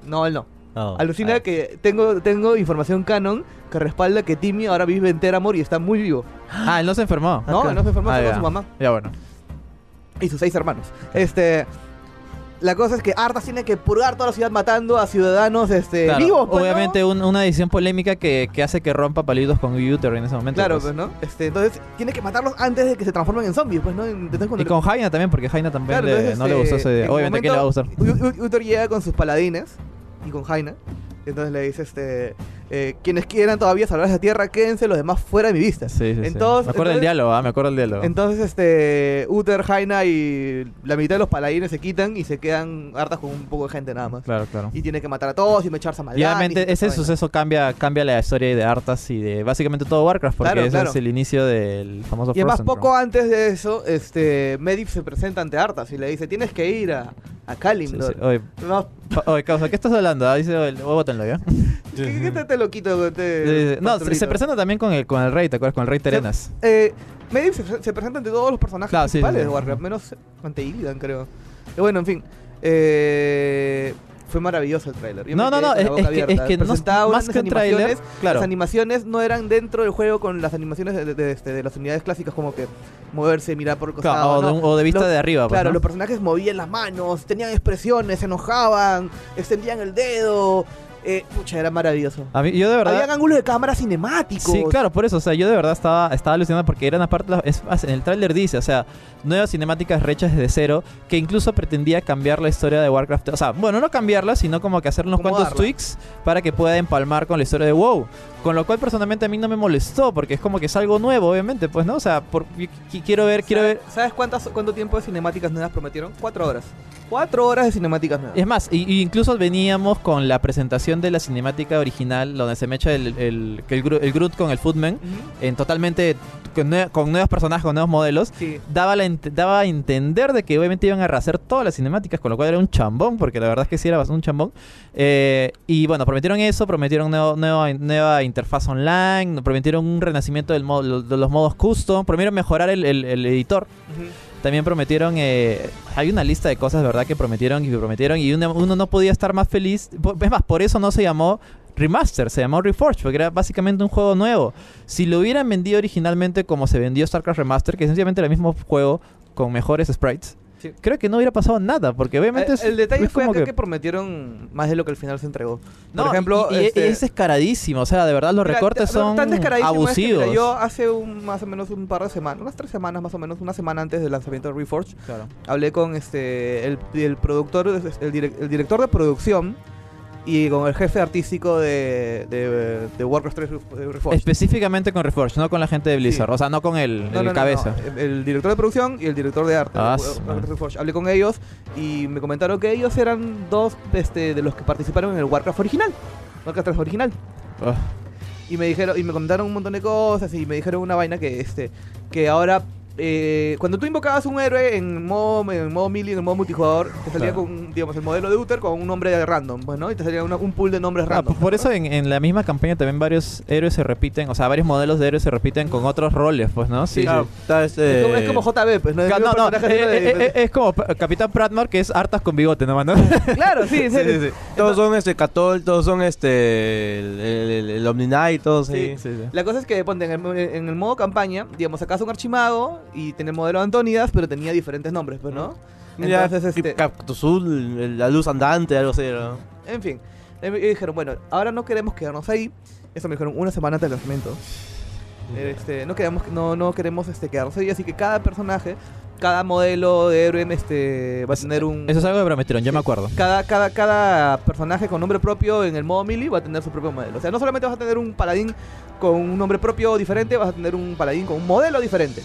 Speaker 2: No, él no. Ah,
Speaker 5: No.
Speaker 2: Alucina que tengo tengo información canon que respalda que Timmy ahora vive en Teramor y está muy vivo.
Speaker 4: Ah, él no se enfermó.
Speaker 2: No,
Speaker 4: Ah,
Speaker 2: él no se enfermó,
Speaker 4: ah,
Speaker 2: solo
Speaker 4: ya.
Speaker 2: su mamá.
Speaker 4: Ya bueno.
Speaker 2: y sus seis hermanos. Este. La cosa es que Artas tiene que purgar toda la ciudad matando a ciudadanos este,
Speaker 4: Claro,
Speaker 2: vivos, pues, ¿no?
Speaker 4: obviamente un- una decisión polémica que, que hace que rompa palitos con Uter en ese momento.
Speaker 2: Claro,
Speaker 4: pues.
Speaker 2: pues, ¿no? Este, entonces tiene que matarlos antes de que se transformen en zombies, pues, ¿no? Entonces, cuando
Speaker 4: Y con Jaina también, porque Jaina también
Speaker 2: Claro,
Speaker 4: le-
Speaker 2: entonces,
Speaker 4: no le
Speaker 2: este,
Speaker 4: gustó esa idea.
Speaker 2: en un
Speaker 4: Obviamente que le va a gustar.
Speaker 2: U- U- Uthor llega con sus paladines y con Jaina. Y entonces le dice, este, eh, quienes quieran todavía salvar esa tierra, quédense, los demás fuera de mi vista.
Speaker 4: Sí, sí, sí.
Speaker 2: entonces-
Speaker 4: me acuerdo
Speaker 2: entonces-
Speaker 4: del diálogo, ah, me acuerdo del diálogo.
Speaker 2: Entonces, este, Uther, Jaina y la mitad de los paladines se quitan y se quedan hartas con un poco de gente nada más.
Speaker 4: claro, claro.
Speaker 2: Y tiene que matar a todos y mecharse a Maldan.
Speaker 4: Y obviamente
Speaker 2: toda
Speaker 4: ese
Speaker 2: esa vaina.
Speaker 4: suceso cambia, cambia la historia de Arthas y de básicamente todo Warcraft, porque
Speaker 2: Claro,
Speaker 4: ese
Speaker 2: claro.
Speaker 4: es el inicio del famoso
Speaker 2: Y además,
Speaker 4: Frozen Throne.
Speaker 2: poco antes de eso, este, Medivh se presenta ante Arthas y le dice, tienes que ir a, A
Speaker 4: Sí,
Speaker 2: Kalimdor.
Speaker 4: sí. Oye,
Speaker 2: No,
Speaker 4: pa- oye, causa, ¿qué estás hablando? Ah, Dice, oye, bótenlo, ¿ya?
Speaker 2: ¿qué, qué te, te lo quito?
Speaker 4: Eh,
Speaker 2: Este
Speaker 4: No, se,
Speaker 2: pastorito?
Speaker 4: se presenta también con el, con el rey, ¿te acuerdas? Con el rey Terenas.
Speaker 2: Eh, Medivh se, se presenta ante todos los personajes
Speaker 4: Claro, sí, sí,
Speaker 2: principales
Speaker 4: sí.
Speaker 2: de Warcraft, menos ante Illidan, creo. Y bueno, en fin. Eh, fue maravilloso el tráiler. Yo me
Speaker 4: No, no,
Speaker 2: quedé
Speaker 4: no,
Speaker 2: con la
Speaker 4: es-
Speaker 2: boca
Speaker 4: es que-
Speaker 2: abierta.
Speaker 4: es que no-
Speaker 2: Presentaba
Speaker 4: más
Speaker 2: unas
Speaker 4: que un tráiler,
Speaker 2: animaciones,
Speaker 4: claro.
Speaker 2: Las animaciones no eran dentro del juego con las animaciones de, de- de- este, de las unidades clásicas, como que moverse, mirar por el costado.
Speaker 4: Claro, o, de,
Speaker 2: no.
Speaker 4: un- o de vista
Speaker 2: Lo-
Speaker 4: de arriba, pues,
Speaker 2: Claro,
Speaker 4: ¿no?
Speaker 2: los personajes movían las manos, tenían expresiones, se enojaban, extendían el dedo. Eh, pucha, era maravilloso.
Speaker 4: A mí, yo de verdad...
Speaker 2: Habían ángulos de cámara cinemáticos.
Speaker 4: Sí, claro, por eso, o sea, yo de verdad estaba, estaba alucinado porque eran aparte, las- es más, en el tráiler dice, o sea, nuevas cinemáticas rechas desde cero, que incluso pretendía cambiar la historia de Warcraft, o sea, bueno, no cambiarla, sino como que hacer unos cuantos
Speaker 2: Acomodarla.
Speaker 4: tweaks para que pueda empalmar con la historia de WoW, con lo cual personalmente a mí no me molestó, porque es como que es algo nuevo, obviamente, pues, ¿no? O sea, por- qui- qui- quiero ver, quiero ver...
Speaker 2: ¿Sabes cuántas, cuánto tiempo de cinemáticas nuevas prometieron? Cuatro horas. Cuatro horas de cinemáticas nuevas.
Speaker 4: Es más, y, y incluso veníamos con la presentación de la cinemática original, donde se me echa el, el, el, Gru- el Groot con el Footman,
Speaker 2: Ujú.
Speaker 4: en totalmente con, nue- con nuevos personajes, con nuevos modelos.
Speaker 2: Sí.
Speaker 4: daba, la ent- daba a entender de que obviamente iban a rehacer todas las cinemáticas, con lo cual era un chambón, porque la verdad es que sí era bas- un chambón. Eh, y bueno, prometieron eso, prometieron nuevo- nueva- nueva interfaz online, prometieron un renacimiento del modo- lo- de los modos custom, prometieron mejorar el, el- el editor. También prometieron, eh, hay una lista de cosas, ¿verdad? Que prometieron y que prometieron y una- uno no podía estar más feliz. Po- Es más, por eso no se llamó Remaster, se llamó Reforged, porque era básicamente un juego nuevo. Si lo hubieran vendido originalmente como se vendió StarCraft Remaster, que es sencillamente era el mismo juego con mejores sprites,
Speaker 2: Sí. Eh,
Speaker 4: creo que no hubiera pasado nada, porque obviamente Este
Speaker 2: El,
Speaker 4: es-
Speaker 2: el detalle
Speaker 4: es
Speaker 2: fue
Speaker 4: como
Speaker 2: acá que... prometieron más de lo que al final se entregó.
Speaker 4: No,
Speaker 2: Por ejemplo,
Speaker 4: y, y- y
Speaker 2: este-
Speaker 4: es descaradísimo, o sea, de verdad los
Speaker 2: Mira,
Speaker 4: recortes
Speaker 2: tan-
Speaker 4: son
Speaker 2: tan descaradísimo es que, mira,
Speaker 4: abusivos.
Speaker 2: yo hace un, más o menos un par de semanas, unas tres semanas más o menos, una semana antes del lanzamiento de Reforge,
Speaker 4: Claro.
Speaker 2: hablé con este el, el productor, el, direc- el director de producción y con el jefe artístico de, de, de Warcraft 3 Reforged.
Speaker 4: Específicamente con Reforged, no con la gente de Blizzard,
Speaker 2: Sí.
Speaker 4: o sea, no con el,
Speaker 2: No,
Speaker 4: el
Speaker 2: no, no,
Speaker 4: cabeza.
Speaker 2: no. El- El director de producción y el director de arte.
Speaker 4: Ah,
Speaker 2: de-
Speaker 4: su
Speaker 2: de-
Speaker 4: madre.
Speaker 2: Reforge. Hablé con ellos y me comentaron que ellos eran dos este, de los que participaron en el Warcraft original. Warcraft 3 original.
Speaker 4: Ugh.
Speaker 2: Y me dijeron, y me comentaron un montón de cosas y me dijeron una vaina que este. que ahora. eh, cuando tú invocabas un héroe en modo, en modo melee, en modo multijugador, te salía
Speaker 4: Claro.
Speaker 2: con, digamos, el modelo de Uther con un nombre de random, pues, ¿no? Y te salía una- un pool de nombres
Speaker 4: Ah,
Speaker 2: random.
Speaker 4: pues por eso en, en la misma campaña también varios héroes se repiten, o sea, varios modelos de héroes se repiten con otros roles, pues, ¿no? Sí,
Speaker 5: Claro,
Speaker 4: sí.
Speaker 5: está este-
Speaker 2: Es como, es como JB, pues, ¿no? El
Speaker 4: Ca- No,
Speaker 2: mismo
Speaker 4: no,
Speaker 2: personaje
Speaker 4: eh,
Speaker 2: de-
Speaker 4: eh, eh, es como P- Capitán Pratmore que es hartas con bigote nomás, ¿no?
Speaker 2: pues, Claro, sí, en serio.
Speaker 5: Todos son este Catol, todos son este el, el, el- el Omni Knight, todos
Speaker 2: Sí.
Speaker 5: ahí. Sí, sí.
Speaker 2: La cosa es que, ponte, en el, en el modo campaña, digamos, sacas un archimago y tenía el modelo de Antonidas, pero tenía diferentes nombres, pues, ¿no?
Speaker 5: Mm. Ya,
Speaker 2: Entonces,
Speaker 5: Cap-
Speaker 2: este,
Speaker 5: Cactuzul, el- la luz andante, algo así, ¿no?
Speaker 2: en fin. Y me dijeron, bueno, ahora no queremos quedarnos ahí. Eso me dijeron una semana antes del lanzamiento. Este, no queremos, no, no queremos este, quedarnos ahí, así que cada personaje, cada modelo de héroe este, va a
Speaker 4: Es-
Speaker 2: tener un...
Speaker 4: Eso es algo de Prometron, yo me acuerdo.
Speaker 2: Cada, cada, cada personaje con nombre propio en el modo melee va a tener su propio modelo. O sea, no solamente vas a tener un paladín con un nombre propio diferente, vas a tener un paladín con un modelo diferente.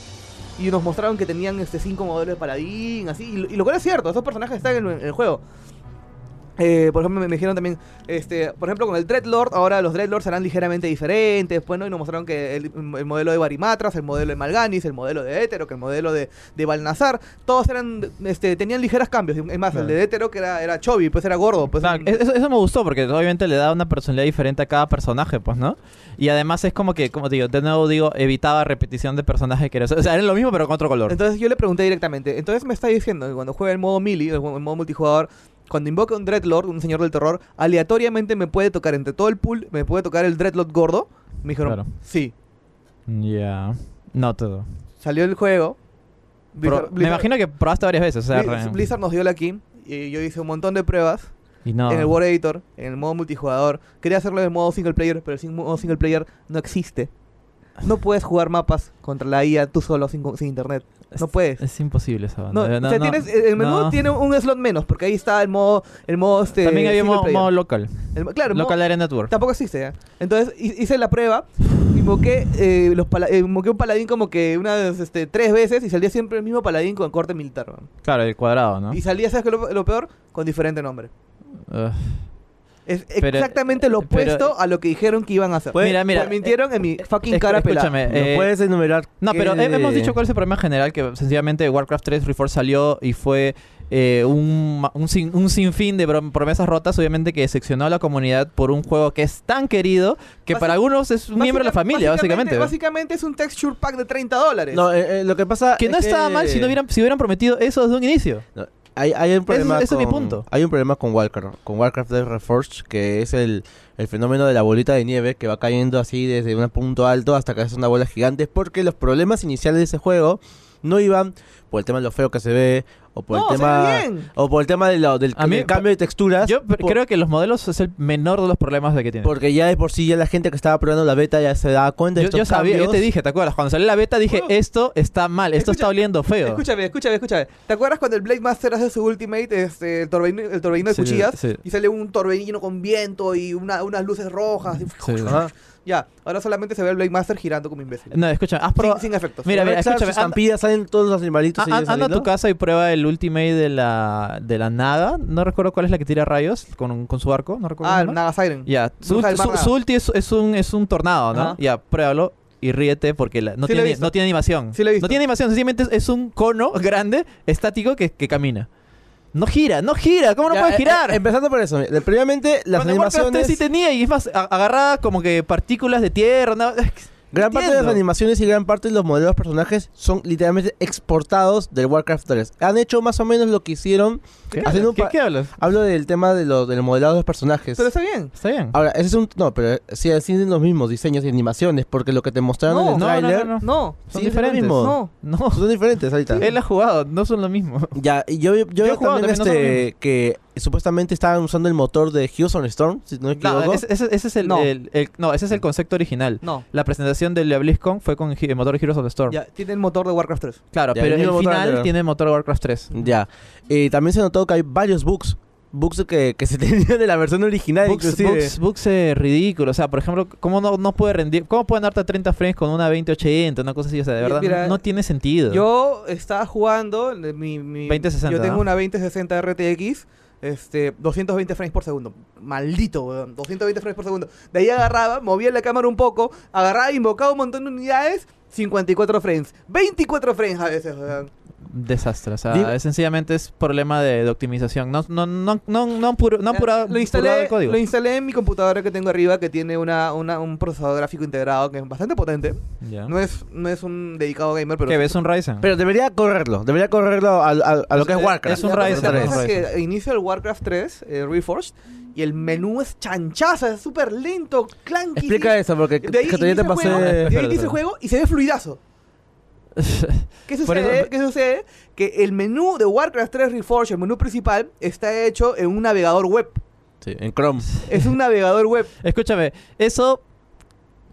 Speaker 2: Y nos mostraron que tenían este cinco modelos de paladín, así. Y, lo- y lo cual es cierto, esos personajes están en, el- en el juego. Eh, por ejemplo, me, me dijeron también, este, por ejemplo, con el Dreadlord, ahora los Dreadlords serán ligeramente diferentes, pues, ¿no? Y nos mostraron que el, el modelo de Barimatras, el modelo de Malganis, el modelo de Étero, que el modelo de, de Balnazar, todos eran, este, tenían ligeros cambios. Es más, el de Étero, que era, era Chovy, pues era gordo, pues
Speaker 4: Claro,
Speaker 2: un-
Speaker 4: es- Eso, eso me gustó porque obviamente le da una personalidad diferente a cada personaje, pues, ¿no? Y además es como que, como te digo, de nuevo digo, evitaba repetición de personajes que era. O sea, era lo mismo pero con otro color.
Speaker 2: Entonces yo le pregunté directamente, entonces me está diciendo que cuando juega el modo melee, el, mo- el modo multijugador, cuando invoca un Dreadlord, un señor del terror, aleatoriamente me puede tocar entre todo el pool, me puede tocar el Dreadlord gordo. Me dijeron,
Speaker 4: Claro.
Speaker 2: sí,
Speaker 4: Ya. No todo.
Speaker 2: salió el juego.
Speaker 4: Pro- me imagino que probaste varias veces, o sea,
Speaker 2: Blizz-
Speaker 4: re-
Speaker 2: Blizzard nos dio la key y yo hice un montón de pruebas
Speaker 4: y no.
Speaker 2: en el War Editor, en el modo multijugador. Quería hacerlo en el modo single player, pero el sin- modo single player no existe. No puedes jugar mapas contra la IA tú solo sin, sin internet. No puedes.
Speaker 4: Es imposible esa banda.
Speaker 2: No, o sea, tienes- eh, el menú
Speaker 4: no.
Speaker 2: tiene un slot menos, porque ahí está el modo, el modo este.
Speaker 4: También había
Speaker 2: single
Speaker 4: modo,
Speaker 2: player.
Speaker 4: modo local.
Speaker 2: El mo- claro, el modo-
Speaker 4: local Arena Network.
Speaker 2: tampoco existe ya. Entonces hi- hice la prueba, invoqué, eh, los pala- eh, invoqué un paladín como que unas este, tres veces y salía siempre el mismo paladín con corte militar. man.
Speaker 4: Claro, el cuadrado, ¿no?
Speaker 2: Y salía, ¿sabes qué es lo, lo peor? Con diferente nombre.
Speaker 4: Ugh.
Speaker 2: Es
Speaker 4: Pero- eh,
Speaker 2: exactamente lo
Speaker 4: pero-
Speaker 2: opuesto a lo que dijeron que iban a hacer.
Speaker 4: Pues- Mira, mira,
Speaker 2: Me mintieron en mi fucking
Speaker 4: escu-
Speaker 2: cara pelada.
Speaker 4: escúchame,
Speaker 5: ¿No
Speaker 4: eh,
Speaker 5: puedes enumerar?
Speaker 4: No,
Speaker 5: qué
Speaker 4: pero he-
Speaker 5: de-
Speaker 4: hemos dicho cuál es el problema general, que sencillamente Warcraft 3 Reforged salió y fue eh, un, ma- un, sin- un sinfín de brom- promesas rotas, obviamente que decepcionó a la comunidad por un juego que es tan querido que
Speaker 2: Basi-
Speaker 4: para algunos es un miembro de la familia, básicamente.
Speaker 2: Básicamente es un texture pack de 30 dólares.
Speaker 5: No, eh, eh, lo que pasa.
Speaker 4: Que no
Speaker 5: es
Speaker 4: estaba mal si, no hubieran, si hubieran prometido eso desde un inicio.
Speaker 5: No, Hay, hay un problema.
Speaker 4: ese es mi
Speaker 5: con-
Speaker 4: punto.
Speaker 5: Hay un problema con Warcraft, con Warcraft de Reforged, que es el, el fenómeno de la bolita de nieve que va cayendo así desde un punto alto hasta que es una bola gigante, porque los problemas iniciales de ese juego no iban por el tema de lo feo que se ve o por
Speaker 2: No,
Speaker 5: el
Speaker 2: se
Speaker 5: tema
Speaker 2: ve bien.
Speaker 5: o por el tema de lo- del,
Speaker 4: A mí-
Speaker 5: del cambio de texturas.
Speaker 4: Yo p-
Speaker 5: por-
Speaker 4: creo que los modelos es el menor de los problemas de que tiene.
Speaker 5: porque ya de por sí ya la gente que estaba probando la beta ya se daba cuenta de
Speaker 4: Yo,
Speaker 5: estos
Speaker 4: yo sabía, yo
Speaker 5: cambios.
Speaker 4: te dije, ¿te acuerdas? Cuando salió la beta dije,
Speaker 2: Bueno.
Speaker 4: esto está mal, esto está
Speaker 2: Escucha,
Speaker 4: oliendo feo.
Speaker 2: Escúchame, escúchame, escúchame. ¿Te acuerdas cuando el Blade Master hace su ultimate, este, el torbellino, el torbellino de
Speaker 4: Sí,
Speaker 2: cuchillas?
Speaker 4: sí.
Speaker 2: Y sale un torbellino con viento y una- unas luces rojas. y-
Speaker 4: Sí.
Speaker 5: Ajá.
Speaker 2: Ya, ahora solamente se ve el Blade Master girando como imbécil.
Speaker 4: No, escúchame, has probado...
Speaker 2: sin, sin efectos. Ah,
Speaker 4: Mira, mira,
Speaker 5: Ahora, claro,
Speaker 4: escúchame,
Speaker 5: sus
Speaker 4: anda-
Speaker 5: estampillas salen todos los animalitos.
Speaker 4: Ah,
Speaker 5: siguen
Speaker 4: an- anda a
Speaker 5: saliendo.
Speaker 4: tu casa y prueba el ultimate de la, de la Naga. No recuerdo cuál es la que tira rayos con, con su arco. No recuerdo.
Speaker 2: ah,
Speaker 4: el nombre.
Speaker 2: Naga Siren.
Speaker 4: Ya. Su,
Speaker 2: Bruja del
Speaker 4: su-
Speaker 2: Mar Naga.
Speaker 4: su ulti es, es un, es un tornado, ¿no?
Speaker 2: Ajá.
Speaker 4: Ya, pruébalo y ríete porque la- no,
Speaker 2: Sí lo he
Speaker 4: tiene,
Speaker 2: visto.
Speaker 4: no tiene animación.
Speaker 2: Sí lo he visto.
Speaker 4: No tiene animación, sencillamente es, es un cono grande, estático, que, que camina. No gira, no gira. ¿Cómo no
Speaker 5: Ya,
Speaker 4: puedes
Speaker 5: eh,
Speaker 4: girar?
Speaker 5: eh, empezando por eso, mira, previamente las
Speaker 4: Cuando en Warcraft 3
Speaker 5: animaciones.
Speaker 4: sí tenía y es más, a- agarraba como que partículas de tierra. ¿no?
Speaker 5: Gran parte de las
Speaker 4: Entiendo.
Speaker 5: animaciones y gran parte de los modelos de personajes son literalmente exportados del Warcraft 3. Han hecho más o menos lo que hicieron.
Speaker 4: ¿Qué,
Speaker 5: haciendo un
Speaker 4: ¿Qué-
Speaker 5: pa-
Speaker 4: qué hablas?
Speaker 5: Hablo del tema de los del modelado de los personajes.
Speaker 2: Pero está bien.
Speaker 4: Está bien.
Speaker 5: Ahora, ese es un. No, pero eh, sí, sí tienen los mismos diseños y animaciones, porque lo que te mostraron en
Speaker 4: no,
Speaker 5: el
Speaker 4: no, no,
Speaker 5: tráiler
Speaker 4: no.
Speaker 2: No.
Speaker 5: sí,
Speaker 4: Son
Speaker 5: es lo
Speaker 4: diferentes.
Speaker 5: mismo.
Speaker 2: No.
Speaker 4: No.
Speaker 5: son diferentes ahorita.
Speaker 4: Él ha jugado, no son lo mismo.
Speaker 5: Ya, y yo, yo,
Speaker 4: he
Speaker 5: veo
Speaker 4: jugado
Speaker 5: también,
Speaker 4: también, no son los
Speaker 5: este, que supuestamente estaban usando el motor de Houston Storm, si no me equivoco.
Speaker 4: No, ese, ese- ese es el,
Speaker 2: No.
Speaker 4: el- el- no, Mm. ese es el concepto original.
Speaker 2: No.
Speaker 4: La presentación del BlizzCon fue con He- el motor Heroes of the Storm.
Speaker 2: Ya, tiene el motor de Warcraft 3.
Speaker 4: Claro,
Speaker 5: Ya,
Speaker 4: pero
Speaker 5: el
Speaker 4: el,
Speaker 5: mismo motor
Speaker 4: final
Speaker 5: anterior.
Speaker 4: tiene el motor de Warcraft 3.
Speaker 5: Ya. Eh, también se notó que hay varios bugs. Bugs que, que se tenían de la versión
Speaker 2: Ah,
Speaker 5: original,
Speaker 4: Bugs,
Speaker 5: inclusive.
Speaker 4: bugs, bugs, eh, ridículo. O sea, por ejemplo, ¿cómo no, no puede rendir? ¿Cómo pueden darte 30 frames con una 2080? Una cosa así, o sea, de
Speaker 2: Mi-
Speaker 4: verdad,
Speaker 2: mira,
Speaker 4: no, no tiene sentido.
Speaker 2: Yo estaba jugando de mi, mi
Speaker 4: 2060,
Speaker 2: Yo tengo
Speaker 4: ¿no?
Speaker 2: una 2060 RTX, este, 220 frames por segundo. Maldito, weón, 220 frames por segundo. De ahí agarraba, movía la cámara un poco, agarraba, invocaba un montón de unidades, 54 frames, 24 frames a veces, weón.
Speaker 4: Desastre. O sea,
Speaker 5: Dime-
Speaker 4: es- sencillamente es problema de, de optimización. No, no, no, no, no, han puro- no han purado-
Speaker 2: lo
Speaker 4: purado el
Speaker 2: instalé,
Speaker 4: código.
Speaker 2: lo instalé en mi computadora que tengo arriba que tiene una, una- un procesador gráfico integrado que es bastante potente.
Speaker 4: Ya.
Speaker 2: No es no es un dedicado gamer, pero
Speaker 4: ¿Qué ves? ¿Un Ryzen?
Speaker 5: Pero debería correrlo, debería correrlo a, a- a lo que es
Speaker 4: Es-
Speaker 5: Warcraft.
Speaker 4: es un
Speaker 2: La-
Speaker 4: Ryzen,
Speaker 2: La
Speaker 4: es un
Speaker 2: cosa es
Speaker 4: Ryzen.
Speaker 2: que inicio el Warcraft 3, eh, Reforged, y el menú es chanchaza, es súper lento, clanky.
Speaker 5: Explica eso, porque
Speaker 2: De ahí
Speaker 5: que todavía
Speaker 2: inicia
Speaker 5: te
Speaker 2: el
Speaker 5: pasé.
Speaker 2: juego, de ahí
Speaker 4: Espérate,
Speaker 2: inicia el
Speaker 4: espérate.
Speaker 2: juego y se ve fluidazo. ¿Qué
Speaker 4: Por
Speaker 2: sucede?
Speaker 4: eso-
Speaker 2: ¿Qué sucede? Que el menú de Warcraft 3 Reforged, el menú principal, está hecho en un navegador web.
Speaker 5: Sí, en Chrome.
Speaker 2: Es un navegador web.
Speaker 4: Escúchame, eso.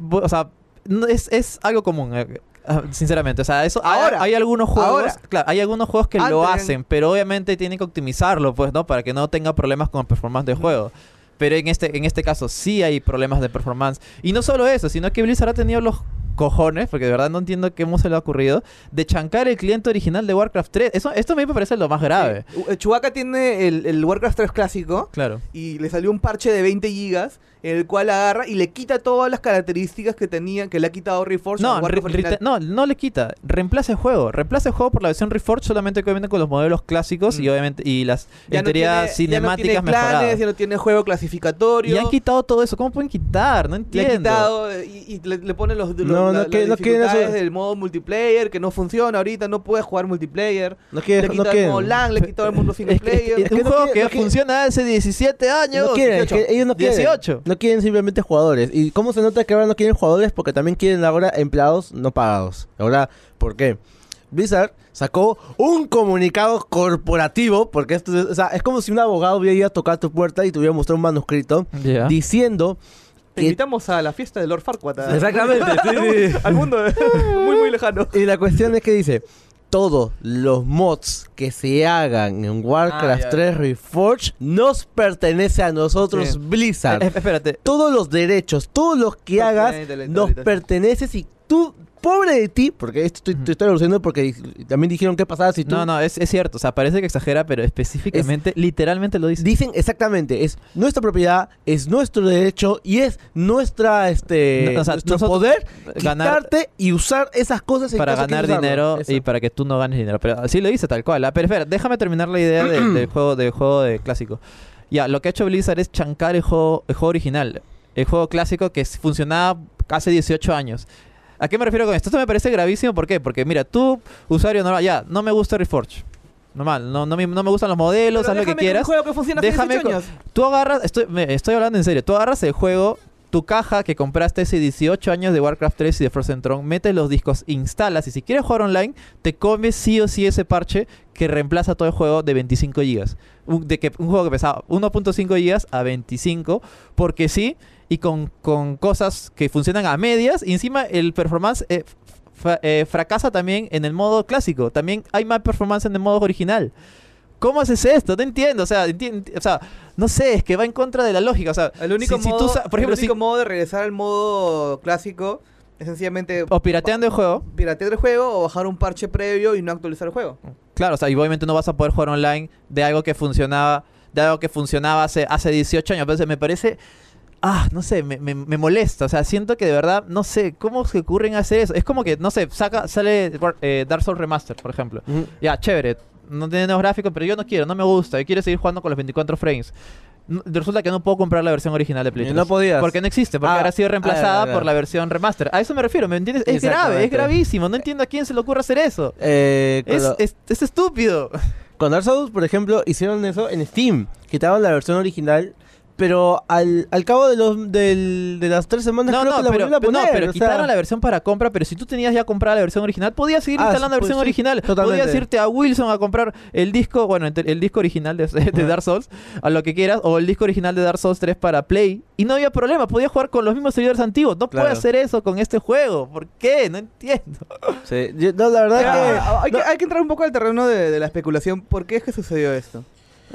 Speaker 4: bu- O sea, no- es, es algo común. eh, ah, Sinceramente, o sea, eso hay-
Speaker 2: Ahora,
Speaker 4: hay, algunos juegos,
Speaker 2: ahora.
Speaker 4: claro, hay algunos juegos que lo
Speaker 2: Antes-
Speaker 4: hacen, pero obviamente tienen que optimizarlo, pues, ¿no? Para que no tenga problemas con el performance del juego. Pero en este, en este caso sí hay problemas de performance. Y no solo eso, sino que Blizzard ha tenido los cojones, porque de verdad no entiendo cómo se le ha ocurrido, de chancar el cliente original de Warcraft 3. Eso, esto a mí me parece lo más grave.
Speaker 2: Eh, Chewbacca tiene el, el Warcraft 3 clásico.
Speaker 4: Claro.
Speaker 2: y le salió un parche de 20 gigas en el cual agarra y le quita todas las características que tenía que le ha quitado Reforged
Speaker 4: No,
Speaker 2: al Warcraft
Speaker 4: re-
Speaker 2: original.
Speaker 4: reta- no, no le quita. Reemplaza el juego. Reemplaza el juego por la versión Reforged solamente que obviamente con los modelos clásicos
Speaker 2: Mm.
Speaker 4: y obviamente y las
Speaker 2: Ya
Speaker 4: en teoría cinemáticas
Speaker 2: ya no tiene clanes,
Speaker 4: mejoradas.
Speaker 2: ya no tiene juego clasificatorio
Speaker 4: Y han quitado todo eso. ¿Cómo pueden quitar? No
Speaker 2: le
Speaker 4: entiendo.
Speaker 2: han quitado eh, y, y le, le ponen los, los-
Speaker 5: No, no
Speaker 2: la-
Speaker 5: quieren- no
Speaker 2: las
Speaker 5: quieren
Speaker 2: dificultades
Speaker 5: eso.
Speaker 2: del modo multiplayer que no funciona ahorita no puedes jugar multiplayer
Speaker 5: No
Speaker 2: le
Speaker 5: quieren,
Speaker 2: quitó
Speaker 5: no
Speaker 2: el
Speaker 5: quieren.
Speaker 2: modo LAN le quitó el mundo single
Speaker 4: Es que- es que-
Speaker 2: player
Speaker 4: es un
Speaker 5: no
Speaker 4: juego
Speaker 5: quiere-
Speaker 4: que
Speaker 5: no quiere-
Speaker 4: funciona hace 17 años.
Speaker 5: No quieren,
Speaker 4: 18.
Speaker 5: es que ellos no quieren.
Speaker 4: 18.
Speaker 5: No quieren simplemente jugadores. ¿Y cómo se nota que ahora no quieren jugadores? Porque también quieren ahora empleados no pagados. Ahora, ¿por qué? Blizzard sacó un comunicado corporativo, porque esto es, o sea, es como si un abogado hubiera ido a tocar tu puerta y te hubiera mostrado un manuscrito
Speaker 4: Ya.
Speaker 5: diciendo
Speaker 2: te
Speaker 5: que-
Speaker 2: invitamos a la fiesta de Lord Farquaad a-
Speaker 5: Exactamente, sí, sí.
Speaker 2: al mundo eh, muy muy lejano
Speaker 5: Y la cuestión es que dice, todos los mods que se hagan en Warcraft
Speaker 4: Ah, ya.
Speaker 5: 3 Reforged nos pertenece a nosotros
Speaker 4: Sí.
Speaker 5: Blizzard.
Speaker 4: Eh, espérate.
Speaker 5: todos los derechos, todos los que hagas
Speaker 2: Excelente, excelente,
Speaker 5: nos
Speaker 2: ahorita sí.
Speaker 5: pertenece si tú pobre de ti, porque esto estoy, estoy traduciendo porque di- también dijeron qué pasaba si tú...
Speaker 4: No, no, es, es cierto. O sea, parece que exagera, pero específicamente, literalmente lo dice.
Speaker 5: Dicen exactamente, es nuestra propiedad, es nuestro derecho y es nuestra este
Speaker 4: No, Eh, o sea,
Speaker 5: nuestro
Speaker 4: nosotros-
Speaker 5: poder
Speaker 4: Ganar
Speaker 5: quitarte y usar esas cosas en
Speaker 4: para
Speaker 5: caso
Speaker 4: ganar
Speaker 5: quieras usarlo.
Speaker 4: dinero
Speaker 5: Eso.
Speaker 4: y para que tú no ganes dinero. Pero sí lo dice tal cual. ¿ah? Pero espera, déjame terminar la idea de- del juego del juego de clásico. Ya, lo que ha hecho Blizzard es chancar el juego, el juego original. El juego clásico que s- funcionaba hace 18 años. ¿A qué me refiero con esto? Esto me parece gravísimo. ¿Por qué? Porque mira, tú, usuario normal, ya, no me gusta Reforge. Normal, no, no, me, no me gustan los modelos, haz lo que quieras.
Speaker 2: Un juego que funciona hace
Speaker 4: Déjame
Speaker 2: 18
Speaker 4: co-
Speaker 2: años.
Speaker 4: Tú agarras, estoy, me- estoy hablando en serio, tú agarras el juego, tu caja que compraste hace 18 años de Warcraft 3 y de Frozen Throne, metes los discos, instalas y si quieres jugar online, te comes sí o sí ese parche que reemplaza todo el juego de 25 gigas. Un, de que, un juego que pesaba 1.5 gigas a 25, porque sí, y con, con cosas que funcionan a medias, y encima el performance... eh, fra- eh, fracasa también en el modo clásico. También hay más performance en el modo original. ¿Cómo haces esto? No entiendo. O sea, enti- enti- o sea, no sé, es que va en contra de la lógica. O sea,
Speaker 2: El único,
Speaker 4: si- si tú
Speaker 2: modo,
Speaker 4: sa- por ejemplo,
Speaker 2: el único
Speaker 4: si-
Speaker 2: modo de regresar al modo clásico es sencillamente
Speaker 4: o pirateando el juego.
Speaker 2: piratear el juego o bajar un parche previo y no actualizar el juego.
Speaker 4: Claro, o sea, y obviamente no vas a poder jugar online de algo que funcionaba, de algo que funcionaba hace, hace 18 años. Entonces me parece, ah, no sé, me, me- me molesta. O sea, siento que de verdad, no sé, ¿cómo se ocurren hacer eso? Es como que, no sé, saca, sale eh, Dark Souls Remaster, por ejemplo.
Speaker 5: Ujú.
Speaker 4: Ya, chévere. No tiene nuevos gráficos, pero yo no quiero, no me gusta. Yo quiero seguir jugando con los 24 frames. No- resulta que no puedo comprar la versión original de Play
Speaker 5: Y
Speaker 4: 3.
Speaker 5: no podías.
Speaker 4: Porque no existe, porque
Speaker 5: Ah,
Speaker 4: ahora ha sido reemplazada
Speaker 5: ah, ah, ah.
Speaker 4: por la versión remaster. A eso me refiero, ¿me entiendes? Es grave, es
Speaker 5: Exactamente.
Speaker 4: gravísimo. No entiendo a quién se le ocurre hacer eso.
Speaker 5: Eh, con
Speaker 4: Es,
Speaker 5: lo-
Speaker 4: es- es estúpido.
Speaker 5: Con Dark Souls, por ejemplo, hicieron eso en Steam. Quitaron la versión original, pero al, al cabo de, los, del- de las tres semanas
Speaker 4: No,
Speaker 5: creo
Speaker 4: no,
Speaker 5: que la
Speaker 4: pero,
Speaker 5: volvieron a
Speaker 4: pero no,
Speaker 5: poner.
Speaker 4: pero
Speaker 5: o sea,
Speaker 4: quitaron la versión para compra, pero si tú tenías ya comprada la versión original, podías seguir
Speaker 5: Ah,
Speaker 4: instalando la
Speaker 5: pues
Speaker 4: versión
Speaker 5: sí,
Speaker 4: original.
Speaker 5: totalmente.
Speaker 4: Podías irte a Wilson a comprar el disco, bueno, ente- el disco original de, de Dark Souls, a lo que quieras, o el disco original de Dark Souls 3 para Play, y no había problema, podías jugar con los mismos servidores antiguos. No
Speaker 5: Claro.
Speaker 4: puedes hacer eso con este juego. ¿Por qué? No entiendo.
Speaker 5: sí, yo- no, la verdad
Speaker 2: Ah,
Speaker 5: que...
Speaker 2: hay, que hay que entrar un poco al terreno de, de la especulación. ¿Por qué es que sucedió esto?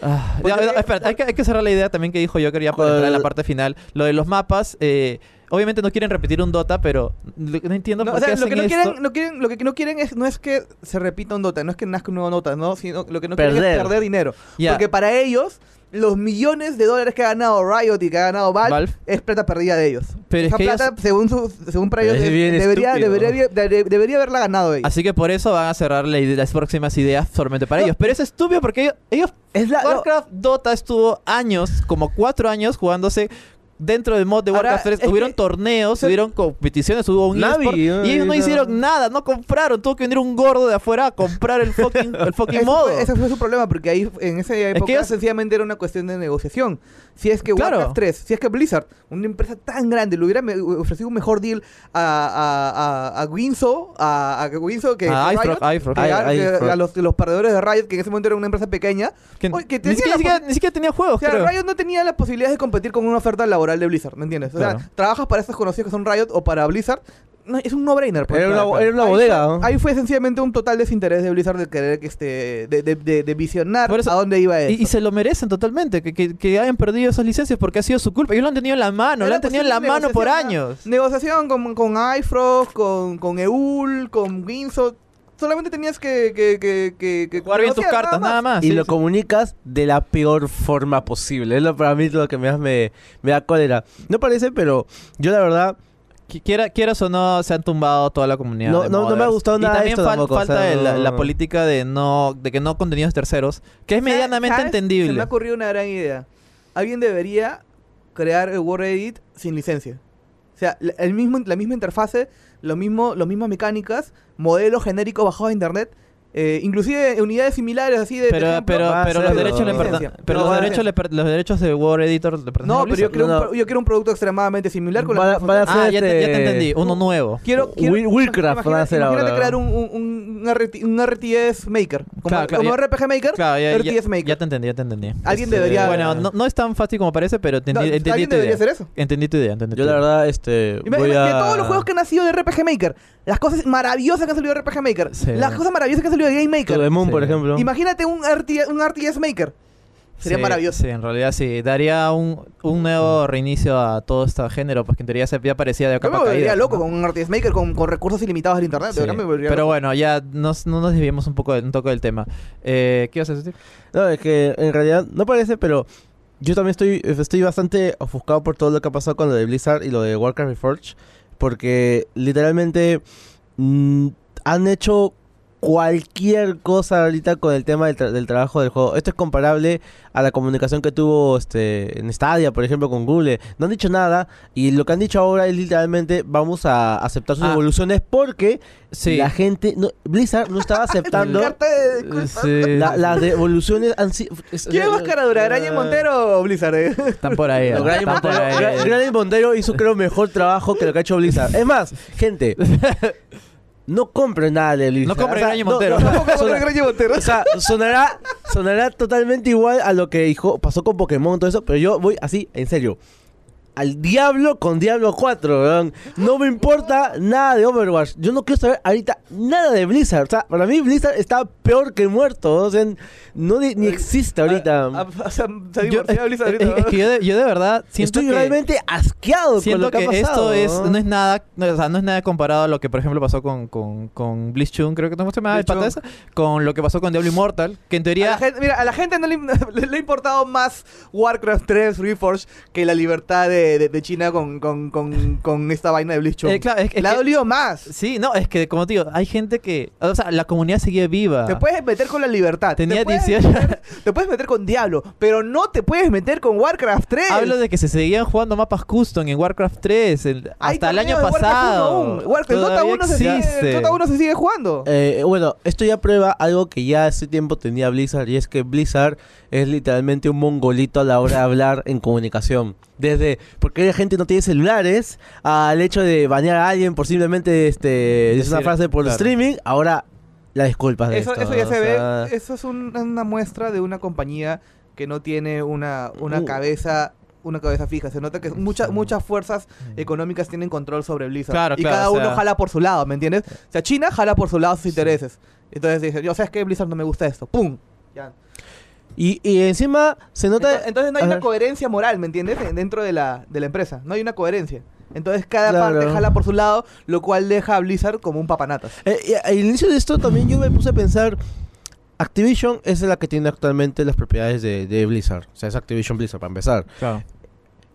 Speaker 4: Ah,
Speaker 2: Porque-
Speaker 4: ya, no, espérate, hay que, hay que cerrar la idea también que dijo Joker ya para entrar en la
Speaker 5: Joder.
Speaker 4: parte final. Lo de los mapas, eh, obviamente no quieren repetir un Dota, pero lo que no entiendo
Speaker 2: No,
Speaker 4: por
Speaker 2: o sea,
Speaker 4: qué
Speaker 2: lo que
Speaker 4: hacen
Speaker 2: no
Speaker 4: esto.
Speaker 2: quieren, no quieren, lo que no quieren es no es que se repita un Dota, no es que nazca un nuevo Dota, no, sino lo que no quieren es
Speaker 5: Perder.
Speaker 2: perder dinero.
Speaker 4: Ya.
Speaker 2: Porque para ellos, los millones de dólares que ha ganado Riot y que ha ganado Valve,
Speaker 4: Valve.
Speaker 2: es plata perdida de ellos.
Speaker 4: Pero es
Speaker 2: Esa
Speaker 4: que ellos-
Speaker 2: plata, según, su- según para
Speaker 5: Es
Speaker 2: ellos, de-
Speaker 5: bien
Speaker 2: debería,
Speaker 5: estúpido.
Speaker 2: debería, de- debería haberla ganado ellos.
Speaker 4: Así que por eso van a cerrar la ide- las próximas ideas solamente para
Speaker 2: No.
Speaker 4: ellos. Pero es estúpido porque ellos, ellos-
Speaker 2: Es la-
Speaker 4: Warcraft Dota estuvo años, como cuatro años, jugándose dentro del mod de
Speaker 2: Ahora,
Speaker 4: Warcraft 3.
Speaker 2: es
Speaker 4: Hubieron
Speaker 2: que-
Speaker 4: torneos, hubieron competiciones, hubo un
Speaker 5: Navi,
Speaker 4: eSport,
Speaker 5: ay,
Speaker 4: y ellos no
Speaker 5: no.
Speaker 4: hicieron nada, no compraron. Tuvo que venir un gordo de afuera a comprar el fucking, el fucking
Speaker 2: Ese
Speaker 4: modo.
Speaker 2: fue, ese fue su problema, porque ahí en esa época
Speaker 4: ellos-
Speaker 2: sencillamente era una cuestión de negociación. Si es que
Speaker 4: Claro.
Speaker 2: Warcraft 3, si es que Blizzard, una empresa tan grande, le hubiera me- ofrecido un mejor deal a, a, a, a Winso, a, a Winso que
Speaker 4: Ah,
Speaker 2: que
Speaker 4: iFrog,
Speaker 2: Riot,
Speaker 4: iFrog.
Speaker 2: que
Speaker 5: I-
Speaker 2: a- que
Speaker 5: iFrog.
Speaker 2: a los, los perdedores de Riot, que en ese momento era una empresa pequeña,
Speaker 4: Que
Speaker 2: Oye, que
Speaker 4: ni,
Speaker 2: tenía la
Speaker 4: siquiera, ni siquiera- ni siquiera tenía juegos,
Speaker 2: O sea,
Speaker 4: creo.
Speaker 2: Riot no tenía las posibilidades de competir con una oferta laboral de Blizzard, ¿me entiendes? O
Speaker 4: Claro.
Speaker 2: sea, trabajas para estos conocidos que son Riot o para Blizzard. no, es un no-brainer. pues.
Speaker 5: Era
Speaker 2: Claro,
Speaker 5: una,
Speaker 2: claro.
Speaker 5: era una
Speaker 2: Ahí
Speaker 5: bodega,
Speaker 2: fue-
Speaker 5: ¿no?
Speaker 2: Ahí fue sencillamente un total desinterés de Blizzard de querer que este, de, de, de, de visionar
Speaker 4: Por eso-
Speaker 2: a dónde iba
Speaker 4: Y,
Speaker 2: eso.
Speaker 4: y se lo merecen totalmente, que, que- que hayan perdido esas licencias porque ha sido su culpa. Ellos lo han tenido en la mano, lo
Speaker 2: Era
Speaker 4: han tenido en la
Speaker 2: cuestión de
Speaker 4: mano por
Speaker 2: negociación,
Speaker 4: años.
Speaker 2: ¿no? Negociación con, con iFrog, con, con Eul, con Winso. Solamente tenías que, que, que, que, que
Speaker 4: Jugar bien tus
Speaker 2: negociar,
Speaker 4: cartas, nada más.
Speaker 5: y
Speaker 4: sí,
Speaker 5: lo
Speaker 4: sí.
Speaker 5: comunicas de la peor forma posible. Es lo, para mí lo que más me, me da cólera. No parece, pero yo la verdad...
Speaker 4: Qui- Quiera, quieras o no, se han tumbado toda la comunidad.
Speaker 5: No-
Speaker 4: de
Speaker 5: no- no me ha
Speaker 4: modders.
Speaker 5: gustado nada
Speaker 4: Y también
Speaker 5: esto tampoco, o
Speaker 4: falta
Speaker 5: sea,
Speaker 4: el- la, la
Speaker 5: no.
Speaker 4: política de no de que no contenidos terceros, que es
Speaker 2: ¿Sabes-
Speaker 4: medianamente
Speaker 2: sabes? Se me
Speaker 4: entendible.
Speaker 2: ha ocurrido una gran idea. Alguien debería crear el Word Edit sin licencia. O sea, la- el mismo, la misma interfase, lo mismo, las mismas mecánicas, modelos genéricos bajados de internet, eh, inclusive unidades similares así de. por
Speaker 4: Pero,
Speaker 2: ejemplo,
Speaker 4: pero,
Speaker 5: va a
Speaker 4: pero
Speaker 5: ser
Speaker 4: los derechos, le
Speaker 5: licencia.
Speaker 4: perten- pero
Speaker 2: No,
Speaker 4: los,
Speaker 2: va a
Speaker 4: derechos
Speaker 2: ser.
Speaker 4: le per- los derechos de Word Editor le pertenecen a
Speaker 2: No, pero yo
Speaker 4: Blizzard.
Speaker 2: quiero, un,
Speaker 5: No,
Speaker 2: pro- yo quiero un producto extremadamente similar con
Speaker 5: Van a-
Speaker 2: la misma
Speaker 5: van a
Speaker 2: función.
Speaker 5: hacer
Speaker 4: Ah, ya te, ya te
Speaker 5: este-
Speaker 4: entendí. Uno nuevo.
Speaker 2: Quiero, quiero
Speaker 5: Will- Willcraft van a hacer
Speaker 2: imagínate
Speaker 5: ahora.
Speaker 2: crear un, un, un RT un RTS Maker. Como,
Speaker 4: Claro, claro,
Speaker 2: como
Speaker 4: ya-
Speaker 2: RPG Maker,
Speaker 4: Claro, ya, ya-
Speaker 2: RTS Maker.
Speaker 4: ya te entendí, ya te entendí.
Speaker 2: Alguien
Speaker 5: Este,
Speaker 2: debería.
Speaker 4: Bueno, no, no es tan fácil como parece, pero
Speaker 2: Ah, no,
Speaker 4: entendí,
Speaker 2: alguien
Speaker 4: entendí tu
Speaker 2: debería
Speaker 4: idea.
Speaker 2: hacer eso.
Speaker 4: Entendí tu idea, entendí tu
Speaker 5: Yo la
Speaker 4: idea.
Speaker 5: verdad, este... voy
Speaker 2: Imagínate
Speaker 5: a-
Speaker 2: todos los juegos que han nacido de RPG Maker, las cosas maravillosas que han salido de RPG Maker,
Speaker 4: Sí.
Speaker 2: las cosas maravillosas que han salido de Game
Speaker 5: To the
Speaker 2: Maker.
Speaker 5: Moon, por
Speaker 4: Sí.
Speaker 5: ejemplo.
Speaker 2: Imagínate un RTS, un RTS Maker. Sería
Speaker 4: Sí,
Speaker 2: maravilloso.
Speaker 4: Sí, en realidad sí. Daría un, un nuevo reinicio a todo este género, pues que en teoría se ya parecía de
Speaker 2: Yo me
Speaker 4: capa
Speaker 2: volvería
Speaker 4: caída.
Speaker 2: loco
Speaker 4: ¿no?
Speaker 2: con un artist maker con, con recursos ilimitados del internet. de
Speaker 4: Sí.
Speaker 2: verdad me volvería
Speaker 4: Pero
Speaker 2: loco.
Speaker 4: bueno, ya nos, no nos desviemos un poco del- un poco del tema. Eh, ¿Qué ibas a decir?
Speaker 5: No, es que en realidad no parece, pero yo también estoy, estoy bastante ofuscado por todo lo que ha pasado con lo de Blizzard y lo de Warcraft Reforged. Porque literalmente mm, han hecho cualquier cosa ahorita con el tema del, tra- del trabajo del juego. Esto es comparable a la comunicación que tuvo este, en Stadia, por ejemplo, con Google. No han dicho nada y lo que han dicho ahora es literalmente vamos a aceptar sus
Speaker 4: Ah.
Speaker 5: evoluciones porque
Speaker 4: Sí.
Speaker 5: la gente, no- Blizzard no estaba aceptando...
Speaker 2: Carta
Speaker 4: eh,
Speaker 2: de disculpas.
Speaker 4: Sí,
Speaker 5: La- las devoluciones han sido. es-
Speaker 2: ¿Quién es más cara dura,
Speaker 4: eh,
Speaker 2: Graña Montero o Blizzard? eh?
Speaker 4: están por ahí.
Speaker 5: No,
Speaker 4: ¿no?
Speaker 5: Granny
Speaker 4: Están por
Speaker 5: Montero,
Speaker 4: ahí.
Speaker 5: Gra- Granny Montero hizo, creo, mejor trabajo que lo que ha hecho Blizzard. Es más, gente, no compren nada de
Speaker 4: No
Speaker 5: Blizzard.
Speaker 4: compren Granny
Speaker 5: no,
Speaker 4: Montero.
Speaker 5: no, no,
Speaker 2: ¿Cómo
Speaker 5: sona-
Speaker 2: contra Graña Montero?
Speaker 5: o sea, sonará, sonará totalmente igual a lo que dijo, pasó con Pokémon, todo eso, pero yo voy así, en serio. Al diablo con Diablo 4, weón. No me importa nada de Overwatch. Yo no quiero saber ahorita nada de Blizzard. O sea, para mí Blizzard está peor que muerto. O sea, no ni, ni existe ahorita.
Speaker 2: Ah, ah, o sea, se ha
Speaker 4: Yo- eh,
Speaker 2: divorciado Blizzard
Speaker 4: es, es
Speaker 2: ahorita.
Speaker 4: que yo de, yo de verdad siento
Speaker 5: Estoy
Speaker 4: que...
Speaker 5: realmente asqueado con
Speaker 4: Siento
Speaker 5: lo que,
Speaker 4: que,
Speaker 5: ha pasado.
Speaker 4: esto es, no es nada, no, o sea, no es nada comparado a lo que por ejemplo pasó con, con, con Bleach Chung, creo que no se llama el
Speaker 2: Bleach
Speaker 4: pata ese, con lo que pasó con Diablo Immortal, que
Speaker 2: A la
Speaker 4: en teoría
Speaker 2: gente- mira, a la gente no le, le- le ha importado más Warcraft 3 Reforged que la libertad de, de- de China con, con, con, con esta vaina de Blizzard.
Speaker 4: Eh, claro, es- es
Speaker 2: le ha
Speaker 4: que-
Speaker 2: dolido más.
Speaker 4: Sí, no, es que como te digo, hay gente que, o sea, la comunidad sigue viva.
Speaker 2: Te puedes meter con la libertad.
Speaker 4: Tenía
Speaker 2: te puedes
Speaker 4: 18.
Speaker 2: meter- te puedes meter con Diablo, pero no te puedes meter con Warcraft 3.
Speaker 4: Hablo de que se seguían jugando mapas custom en Warcraft 3 el-
Speaker 2: Hay
Speaker 4: hasta el año
Speaker 2: torneos de Warcraft uno
Speaker 4: pasado.
Speaker 2: aún. Warcraft, el Dota
Speaker 4: Todavía
Speaker 2: 1 se sigue-
Speaker 4: existe.
Speaker 2: el Dota 1 se sigue jugando.
Speaker 5: Eh, bueno, esto ya prueba algo que ya hace tiempo tenía Blizzard y es que Blizzard es literalmente un mongolito a la hora de hablar en comunicación. Desde porque la gente no tiene celulares al hecho de banear a alguien por simplemente este, decir una
Speaker 4: Decir,
Speaker 5: frase por
Speaker 4: claro.
Speaker 5: streaming, ahora las disculpas de
Speaker 2: Eso,
Speaker 5: esto,
Speaker 2: eso ya
Speaker 5: o
Speaker 2: se
Speaker 5: sea,
Speaker 2: ve, eso es un- una muestra de una compañía que no tiene una, una
Speaker 5: Uh.
Speaker 2: cabeza una cabeza fija. Se nota que muchas muchas fuerzas económicas tienen control sobre Blizzard.
Speaker 4: Mm. Claro,
Speaker 2: y
Speaker 4: claro,
Speaker 2: cada
Speaker 4: o
Speaker 2: uno
Speaker 4: sea-
Speaker 2: jala por su lado, ¿me entiendes? O sea, China jala por su lado sus
Speaker 4: Sí.
Speaker 2: intereses. Entonces dice, yo sabes que Blizzard no me gusta esto. ¡Pum! Ya.
Speaker 5: Y, y encima se nota
Speaker 2: Entonces, entonces no hay
Speaker 5: a
Speaker 2: una
Speaker 5: ver.
Speaker 2: coherencia moral, ¿me entiendes? En- Dentro de la, de la empresa. No hay una coherencia. Entonces cada
Speaker 5: Claro.
Speaker 2: parte jala por su lado, lo cual deja a Blizzard como un papanatas.
Speaker 5: Eh, y al inicio de esto también yo me puse a pensar, Activision es la que tiene actualmente las propiedades de, de Blizzard. O sea, es Activision Blizzard para empezar.
Speaker 4: Claro.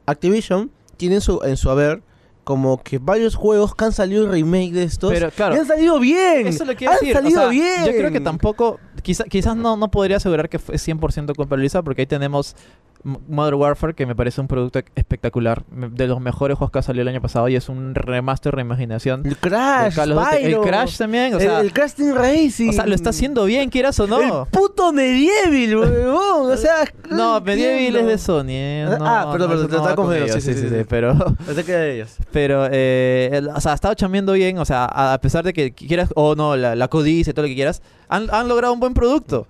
Speaker 5: Activision tiene en su, en su haber como que varios juegos que han salido remake de estos.
Speaker 4: Pero claro,
Speaker 5: y han salido bien.
Speaker 4: Eso lo quiero
Speaker 5: han
Speaker 4: decir. o
Speaker 5: salido
Speaker 4: sea,
Speaker 5: bien.
Speaker 4: Yo creo que tampoco, quizá- quizás no, no podría asegurar que fue 100% culpa de Blizzard, porque ahí tenemos M- Modern Warfare, que me parece un producto espectacular, me- de los mejores juegos que ha salido el año pasado, y es un remaster, reimaginación. de
Speaker 5: El Crash,
Speaker 4: Call of Duty. el
Speaker 5: Spyro,
Speaker 4: Crash también, o
Speaker 5: el-
Speaker 4: sea,
Speaker 5: el, Crash Team Racing.
Speaker 4: o sea, lo está haciendo bien, quieras o no.
Speaker 5: El puto Medieval, huevón. O sea,
Speaker 4: No, Medieval es de
Speaker 5: eso.
Speaker 4: Sony, eh,
Speaker 5: Ah,
Speaker 4: no,
Speaker 5: perdón, perdón,
Speaker 4: eso
Speaker 5: te estaba
Speaker 4: va con
Speaker 5: confundiendo,
Speaker 4: ellos,
Speaker 5: sí, sí, sí, sí.
Speaker 4: pero...
Speaker 5: de ellos.
Speaker 4: Pero, eh, el- o sea, ha estado chambeando bien, o sea, a, a pesar de que quieras o no, la, la codicia, todo lo que quieras, han, han logrado un buen producto.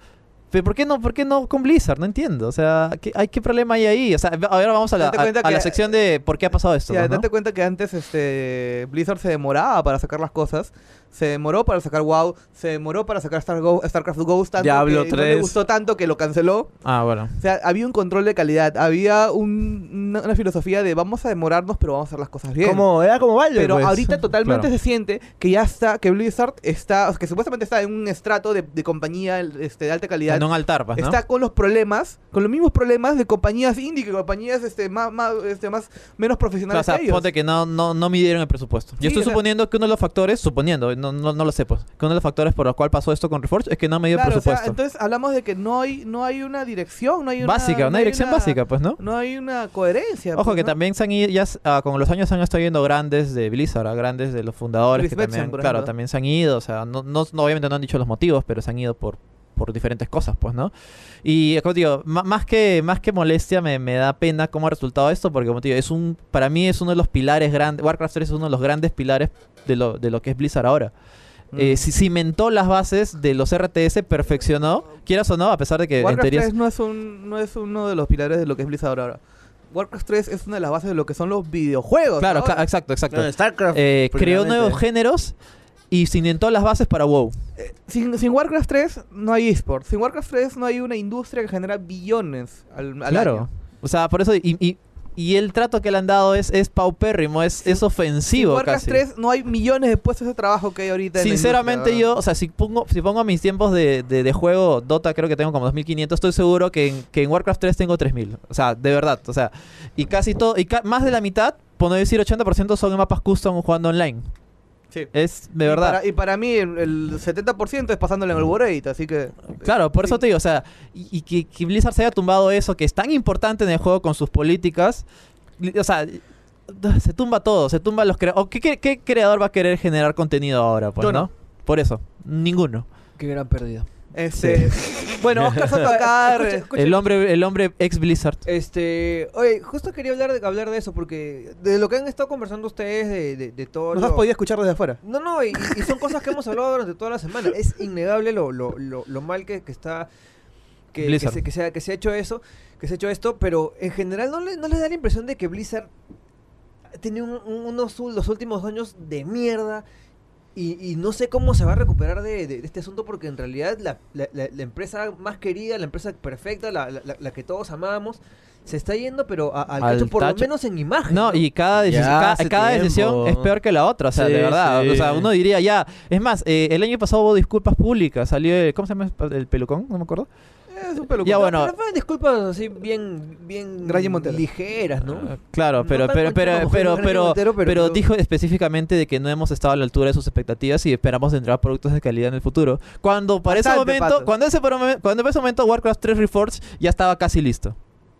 Speaker 4: Pero ¿por qué no, por qué no con Blizzard? No entiendo, o sea, ¿qué, hay, ¿qué problema hay ahí? O sea, va- ahora vamos a la,
Speaker 2: Date
Speaker 4: a-
Speaker 2: cuenta
Speaker 4: a la
Speaker 2: que-
Speaker 4: sección de por qué ha pasado esto.
Speaker 2: Ya,
Speaker 4: pues, ¿no?
Speaker 2: date cuenta que antes este Blizzard se demoraba para sacar las cosas. Se demoró para sacar WoW, se demoró para sacar Star Go- StarCraft Ghost tanto
Speaker 5: Diablo
Speaker 2: que no le
Speaker 5: 3.
Speaker 2: gustó tanto que lo canceló.
Speaker 4: Ah, bueno.
Speaker 2: O sea, había un control de calidad, había un- una, una filosofía de vamos a demorarnos pero vamos a hacer las cosas bien.
Speaker 5: Como, era como Valve,
Speaker 2: pero
Speaker 5: pues.
Speaker 2: ahorita totalmente
Speaker 4: claro.
Speaker 2: se siente que ya está, que Blizzard está, que supuestamente está en un estrato de, de compañía este, de alta calidad.
Speaker 4: En un altar, pues, ¿no?
Speaker 2: Está con los problemas, con los mismos problemas de compañías indie, que compañías este, más, más, este, más menos
Speaker 4: O
Speaker 2: profesionales
Speaker 4: sea,
Speaker 2: que ellos.
Speaker 4: ponte que no, no, no midieron el presupuesto.
Speaker 2: Sí,
Speaker 4: Yo estoy
Speaker 2: o sea-
Speaker 4: suponiendo que uno de los factores, suponiendo, no, no, no lo sé, pues, que uno de los factores por los cuales pasó esto con Reforge es que no ha medido
Speaker 2: Claro,
Speaker 4: el
Speaker 2: o sea,
Speaker 4: presupuesto.
Speaker 2: entonces hablamos de que no hay, no hay una dirección, no hay una...
Speaker 4: básica,
Speaker 2: no
Speaker 4: una,
Speaker 2: hay
Speaker 4: dirección
Speaker 2: una-
Speaker 4: básica, pues, ¿no?
Speaker 2: No hay una coherencia.
Speaker 4: Ojo
Speaker 2: pues,
Speaker 4: que
Speaker 2: ¿no?
Speaker 4: también se han ido, ya, s- ah, con los años se han estado yendo grandes de Blizzard, ah, grandes de los fundadores
Speaker 2: Chris
Speaker 4: que
Speaker 2: Benson,
Speaker 4: también,
Speaker 2: por
Speaker 4: claro,
Speaker 2: ejemplo.
Speaker 4: también se han ido, o sea, no, no, no- obviamente no han dicho los motivos, pero se han ido por por diferentes cosas, pues, ¿no? Y eh, como te digo, ma- más que más que molestia me, me da pena cómo ha resultado esto, porque como te digo, es un para mí es uno de los pilares grandes, Warcraft 3 es uno de los grandes pilares de lo, de lo que es Blizzard ahora.
Speaker 2: Mm.
Speaker 4: Eh, si cimentó las bases de los RTS, perfeccionó, quieras o no, a pesar de que Eh, en
Speaker 2: Warcraft
Speaker 4: teoría
Speaker 2: 3 no es, un, no es uno de los pilares de lo que es Blizzard ahora. Warcraft 3 es una de las bases de lo que son los videojuegos.
Speaker 4: Claro,
Speaker 2: ahora.
Speaker 4: cla- exacto, exacto.
Speaker 5: No, StarCraft.
Speaker 4: Eh, creó
Speaker 5: primeramente.
Speaker 4: nuevos géneros y cimentó las bases para WoW.
Speaker 2: Sin, sin Warcraft 3 no hay esports. Sin Warcraft 3 no hay una industria que genera billones al, al
Speaker 4: claro.
Speaker 2: año.
Speaker 4: O sea, por eso. Y, y- y el trato que le han dado es, es paupérrimo, es, es
Speaker 2: Sin
Speaker 4: ofensivo
Speaker 2: Warcraft
Speaker 4: casi.
Speaker 2: 3 no hay millones de puestos de trabajo que hay ahorita. en la
Speaker 4: Sinceramente
Speaker 2: industria,
Speaker 4: yo, o sea, si pongo, si pongo mis tiempos de, de- de juego Dota, creo que tengo como 2500, estoy seguro que en, que en Warcraft 3 tengo 3000. O sea, de verdad, o sea, y casi todo, y ca- más de la mitad, por no decir 80% son en mapas custom jugando online.
Speaker 2: Sí.
Speaker 4: Es eh, de
Speaker 2: Y
Speaker 4: verdad.
Speaker 2: para- Y para, mí el, el 70% es pasándolo en el Borate, así que...
Speaker 4: Claro, por
Speaker 2: sí.
Speaker 4: eso te digo, o sea, y, y que, que Blizzard se haya tumbado eso que es tan importante en el juego con sus políticas, li- o sea, se tumba todo, se tumba los creadores. ¿qué, qué, qué creador va a querer generar contenido ahora? Pues,
Speaker 2: Yo no.
Speaker 4: ¿no? Por eso, ninguno.
Speaker 3: Qué gran pérdida.
Speaker 2: Este, Bueno, Oscar Soto acá... re-
Speaker 4: El hombre, el hombre ex Blizzard.
Speaker 3: Este, oye, justo quería hablar de, hablar de eso porque de lo que han estado conversando ustedes de, de, de todo
Speaker 2: Nos has
Speaker 3: lo-
Speaker 2: podido escuchar desde afuera.
Speaker 3: No, no, y, y son cosas que hemos hablado durante toda la semana. Es innegable lo, lo, lo, lo mal que, que está. Que, que,
Speaker 4: Blizzard.
Speaker 3: se, que, se ha, que se ha hecho eso, que se ha hecho esto, pero en general no, le, no les da la impresión de que Blizzard ha tenido un- un- unos ul- los últimos años de mierda y, y no sé cómo se va a recuperar de, de- de este asunto porque en realidad la, la- la- la empresa más querida, la empresa perfecta, la, la- la- la que todos amábamos, se está yendo, pero a- al
Speaker 4: Al
Speaker 3: cacho, por lo
Speaker 4: tacho.
Speaker 3: menos en imagen.
Speaker 4: No, y cada, decisión,
Speaker 5: Ya
Speaker 4: ca-
Speaker 5: hace
Speaker 4: cada, decisión
Speaker 5: tiempo.
Speaker 4: es peor que la otra, o sea,
Speaker 5: Sí,
Speaker 4: de verdad. O sea,
Speaker 5: sí.
Speaker 4: uno diría ya. Es más, eh, el año pasado hubo disculpas públicas. Salió, el- ¿cómo se llama? El pelucón, no me acuerdo.
Speaker 2: Es un peluco.
Speaker 4: Ya, bueno.
Speaker 3: Pero fueron disculpas así bien, bien
Speaker 2: Graye Montero.
Speaker 3: ligeras, ¿no?
Speaker 4: Ah, Claro,
Speaker 3: No
Speaker 4: pero,
Speaker 3: tan
Speaker 4: pero, pero,
Speaker 3: conchito
Speaker 4: pero,
Speaker 3: como Graye
Speaker 4: pero,
Speaker 3: Montero, pero-
Speaker 4: pero dijo específicamente de que no hemos estado a la altura de sus expectativas y esperamos entregar productos de calidad en el futuro. Cuando para ese
Speaker 2: Bastante,
Speaker 4: momento,
Speaker 2: Pato.
Speaker 4: cuando ese prom- cuando para ese momento Warcraft 3 Reforged ya estaba casi listo.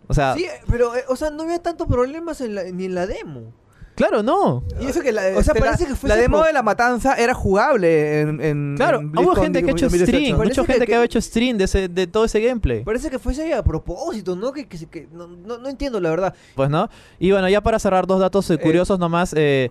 Speaker 4: O
Speaker 2: Ah.
Speaker 4: sea,
Speaker 3: Sí, pero, eh, o sea, no había tantos problemas en la- ni en la demo.
Speaker 4: claro, no.
Speaker 2: Y eso que la,
Speaker 3: O sea,
Speaker 2: este, la-
Speaker 3: parece que fue
Speaker 2: la
Speaker 3: ese
Speaker 2: demo
Speaker 3: pro-
Speaker 2: de la matanza era jugable en, en
Speaker 4: Claro,
Speaker 2: en
Speaker 4: hubo
Speaker 2: BlizzCon
Speaker 4: gente que ha hecho
Speaker 2: 2018.
Speaker 4: stream,
Speaker 3: Parece
Speaker 4: mucha
Speaker 3: que-
Speaker 4: gente que,
Speaker 3: que-
Speaker 4: ha hecho stream de, ese- de todo ese gameplay.
Speaker 3: Parece que fuese a propósito, ¿no? Que, que, se- que- no, no, no entiendo, la verdad.
Speaker 4: Pues no. Y bueno, ya para cerrar, dos datos eh, curiosos nomás. Eh,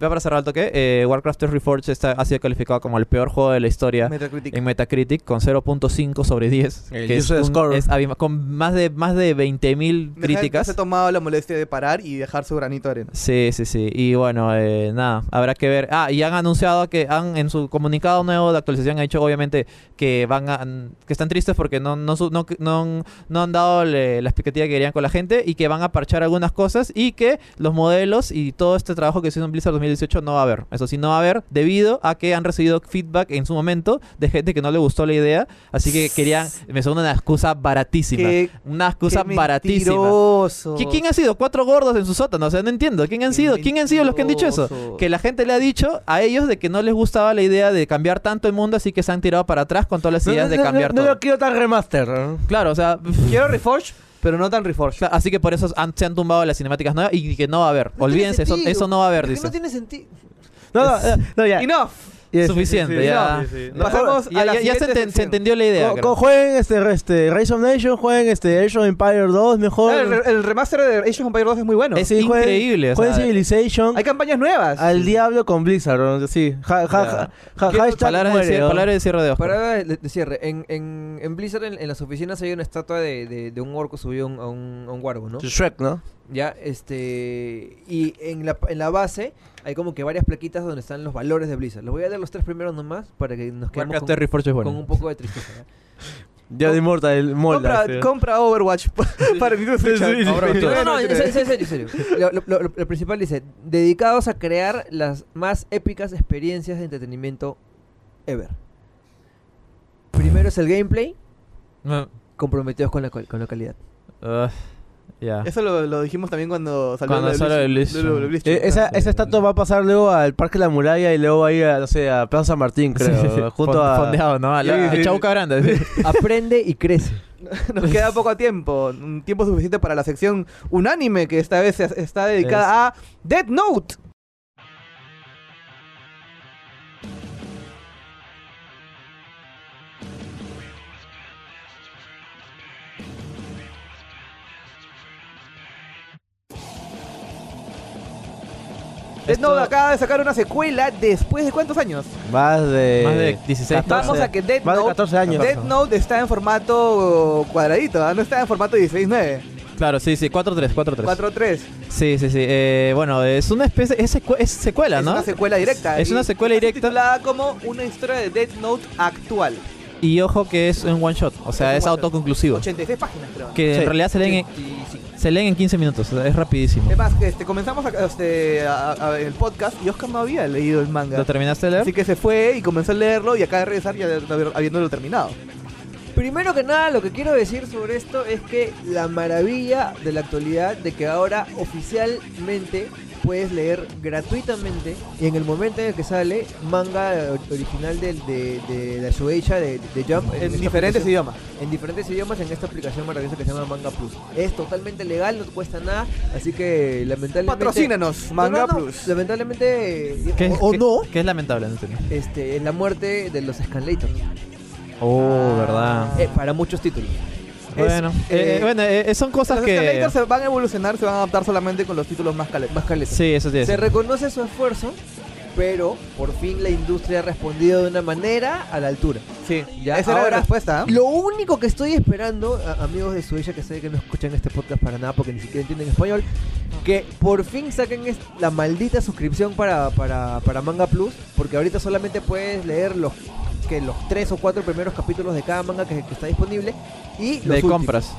Speaker 4: ya para cerrar el toque, eh, Warcraft 3 Reforged está, ha sido calificado como el peor juego de la historia
Speaker 2: Metacritic.
Speaker 4: en Metacritic con 0.5 sobre 10.
Speaker 5: El
Speaker 4: que es
Speaker 5: user
Speaker 4: un-
Speaker 5: score.
Speaker 4: es abisma- con más de, más de 20.000
Speaker 2: La gente Se ha
Speaker 4: críticas.
Speaker 2: tomado la molestia de parar y dejar su granito de arena.
Speaker 4: Sí, sí, sí. Y bueno, eh, nada, habrá que ver. Ah, y han anunciado que han en su comunicado nuevo de actualización han dicho obviamente que van a, que están tristes porque no no su- no, no han- no han dado le- la expectativa que querían con la gente y que van a parchar algunas cosas y que los modelos y todo este trabajo que se hizo en Blizzard 2018 no va a haber. Eso sí, no va a haber debido a que han recibido feedback en su momento de gente que no le gustó la idea, así que querían me suena una excusa baratísima,
Speaker 2: Qué-
Speaker 4: una excusa
Speaker 2: Qué
Speaker 4: baratísima.
Speaker 2: mentiroso.
Speaker 4: ¿Qui- ¿Quién ha sido? Cuatro gordos en su sótano. O sea, no entiendo. ¿Quién han
Speaker 2: Qué
Speaker 4: sido? ¿Quién han sido los que han dicho eso?
Speaker 2: mentiroso.
Speaker 4: Que la gente le ha dicho a ellos de que no les gustaba la idea de cambiar tanto el mundo, así que se han tirado para atrás con todas las
Speaker 5: No,
Speaker 4: ideas
Speaker 5: no,
Speaker 4: de
Speaker 5: no,
Speaker 4: cambiar
Speaker 5: no, no
Speaker 4: todo.
Speaker 5: lo quiero tan remaster. ¿no?
Speaker 4: Claro, o sea.
Speaker 2: Quiero Reforge, pero no tan Reforge.
Speaker 4: claro, así que por eso han- se han tumbado las cinemáticas nuevas y que no va a haber.
Speaker 3: No tiene
Speaker 4: Olvídense, eso,
Speaker 3: sentido.
Speaker 4: eso no va a haber,
Speaker 3: Es que
Speaker 4: dice.
Speaker 3: No tiene sentido.
Speaker 5: No, no,
Speaker 4: Ah,
Speaker 5: no, no, ya.
Speaker 2: Enough.
Speaker 5: Ya, sí,
Speaker 4: Suficiente,
Speaker 5: sí, sí.
Speaker 4: ya.
Speaker 5: Sí, sí.
Speaker 4: Ya-
Speaker 2: Pasemos a
Speaker 4: ya,
Speaker 2: la
Speaker 4: ya- ya se,
Speaker 2: siguiente
Speaker 4: enten-
Speaker 2: sección.
Speaker 4: se entendió la idea.
Speaker 5: Co-
Speaker 4: creo.
Speaker 5: co- jueguen este, este Rise of Nation, jueguen este Age of Empire 2, mejor.
Speaker 2: Ah, El, re- el remaster de Age of Empires 2 es muy bueno.
Speaker 4: Es
Speaker 5: Sí, jueguen-
Speaker 4: increíble, o
Speaker 5: Jueguen
Speaker 4: sea,
Speaker 5: Civilization.
Speaker 2: Hay campañas nuevas.
Speaker 5: Al diablo con Blizzard, ¿no? sí. Ja, ja,
Speaker 4: Ya.
Speaker 5: ja, ja-
Speaker 4: Quiero-
Speaker 5: hashtag
Speaker 4: palabras, de
Speaker 5: muere,
Speaker 4: cierre,
Speaker 5: ¿no?
Speaker 4: palabras de cierre de Oscar.
Speaker 3: Para de, de cierre, en, en, en Blizzard, en, en las oficinas, hay una estatua de, de, de un orco subido a un, a un, a un guargo, ¿no?
Speaker 5: Shrek, ¿no?
Speaker 3: Ya, este. Y en la, en la base hay como que varias plaquitas donde están los valores de Blizzard. Les voy a dar los tres primeros nomás para que nos quedemos
Speaker 4: Warcraft
Speaker 3: con,
Speaker 4: Terry Forge es bueno.
Speaker 3: con un poco de tristeza. ¿ya?
Speaker 5: Ya de Mortal, el Molda.
Speaker 2: compra, compra Overwatch para Nintendo Switch.
Speaker 5: sí, sí.
Speaker 2: Ahora,
Speaker 3: No,
Speaker 5: No,
Speaker 2: veintinueve,
Speaker 3: no, en
Speaker 2: veintinueve.
Speaker 3: serio, en serio, en serio. Lo, lo- lo- lo principal dice, dedicados a crear las más épicas experiencias de entretenimiento ever. Primero es el gameplay,
Speaker 4: No,
Speaker 3: comprometidos con la, cual- con la calidad.
Speaker 4: ah, ya.
Speaker 2: Eso lo, lo dijimos también cuando salió
Speaker 4: Cuando
Speaker 2: lo de
Speaker 4: salió
Speaker 2: Blizzard-
Speaker 4: el Blizzard.
Speaker 2: lo de Blizzard.
Speaker 5: Eh, esa, esa estatua va a pasar luego al Parque de la Muralla y luego ahí a, no sé, a Plaza Martín, creo. eh, Junto
Speaker 4: Fon-
Speaker 5: a.
Speaker 4: Fondeado, ¿no? A la-
Speaker 2: Sí, sí,
Speaker 4: a Chauca
Speaker 2: sí.
Speaker 4: Grande, sí.
Speaker 3: Aprende y crece.
Speaker 2: Nos queda poco tiempo, un tiempo suficiente para la sección unánime que esta vez es- está dedicada a Dead Note. Dead
Speaker 4: Esto-
Speaker 2: Note acaba de sacar una secuela después de cuántos años?
Speaker 5: Más de.
Speaker 4: Más de 16
Speaker 5: 14.
Speaker 2: Vamos a que Dead
Speaker 5: Más de
Speaker 2: Note
Speaker 5: 14 años.
Speaker 2: Death Note está en formato cuadradito, ¿ah? no está en formato 16-9.
Speaker 4: Claro, sí, sí, 4-3, 4-3.
Speaker 2: 4-3.
Speaker 4: Sí, sí, sí. eh, bueno, es una especie. Es, secue- es secuela,
Speaker 2: Es
Speaker 4: ¿no?
Speaker 2: una secuela directa.
Speaker 4: Es
Speaker 2: y
Speaker 4: una secuela
Speaker 2: está
Speaker 4: directa.
Speaker 2: Titulada como una historia de Death Note actual.
Speaker 4: Y ojo que es un one shot, o sea,
Speaker 2: Es un
Speaker 4: es
Speaker 2: one shot.
Speaker 4: autoconclusivo.
Speaker 2: 86 páginas, creo.
Speaker 4: Que
Speaker 5: Sí.
Speaker 4: en realidad se leen, en, se leen en 15 minutos, o sea, es rapidísimo.
Speaker 2: Es más, este, comenzamos a- este, a- a- el podcast y Oscar no había leído el manga.
Speaker 4: ¿Lo terminaste de leer?
Speaker 2: Así que se fue y comenzó a leerlo y acaba de regresar ya habi- habiéndolo terminado.
Speaker 3: Primero que nada, lo que quiero decir sobre esto es que la maravilla de la actualidad de que ahora oficialmente puedes leer gratuitamente y en el momento en el que sale manga eh, original del- de, de, la Shueisha de, de Jump
Speaker 2: En,
Speaker 3: esta
Speaker 2: diferentes
Speaker 3: aplicación-
Speaker 2: idiomas.
Speaker 3: en diferentes idiomas en esta aplicación maravillosa que se llama Manga Plus. Es totalmente legal, no te cuesta nada, así que lamentablemente
Speaker 2: Patrocínanos,
Speaker 3: No, no,
Speaker 2: Manga
Speaker 3: no,
Speaker 2: Plus.
Speaker 3: Lamentablemente eh,
Speaker 4: Que es-
Speaker 3: o, o
Speaker 4: que-
Speaker 3: no,
Speaker 4: Que es lamentable, en serio.
Speaker 3: este es la muerte de los Scanlators
Speaker 4: Oh, verdad.
Speaker 3: eh, para muchos títulos.
Speaker 4: bueno, eh,
Speaker 2: eh,
Speaker 4: bueno eh, eh, son cosas
Speaker 2: Los
Speaker 4: que.
Speaker 2: escalators se van a evolucionar, se van a adaptar solamente con los títulos más caletas.
Speaker 3: Más caletas.
Speaker 4: Sí, eso sí.
Speaker 3: Se reconoce su esfuerzo, pero por fin la industria ha respondido de una manera a la altura.
Speaker 2: Sí,
Speaker 3: Ya,
Speaker 2: esa era
Speaker 3: ahora-
Speaker 2: la respuesta. ¿eh?
Speaker 3: Lo único que estoy esperando, a- amigos de Suecia que sé que no escuchan este podcast para nada porque ni siquiera entienden español, que por fin saquen es- la maldita suscripción para, para, para Manga Plus, porque ahorita solamente puedes leer los que los tres o cuatro primeros capítulos de cada manga que, que está disponible y los
Speaker 4: de
Speaker 3: últimos.
Speaker 4: compras.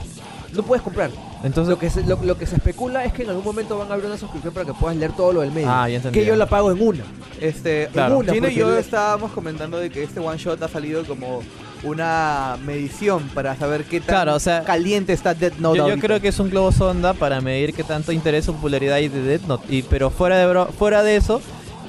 Speaker 3: No puedes comprar.
Speaker 4: Entonces,
Speaker 3: Lo que, se, lo, lo que se especula es que en algún momento van a abrir una suscripción para que puedas leer todo lo del medio.
Speaker 4: Ah, ya entendí.
Speaker 3: que yo la pago en una.
Speaker 2: Este,
Speaker 4: Claro.
Speaker 2: Gino
Speaker 3: Una,
Speaker 2: y yo
Speaker 3: porque-
Speaker 2: estábamos comentando de que este one shot ha salido como una medición para saber qué tan
Speaker 4: Claro, o sea,
Speaker 2: caliente está Dead Note.
Speaker 4: yo, yo
Speaker 2: ahorita.
Speaker 4: creo que es un globo sonda para medir qué tanto interés o popularidad hay de Death Note. Y, pero fuera de, bro- fuera de eso,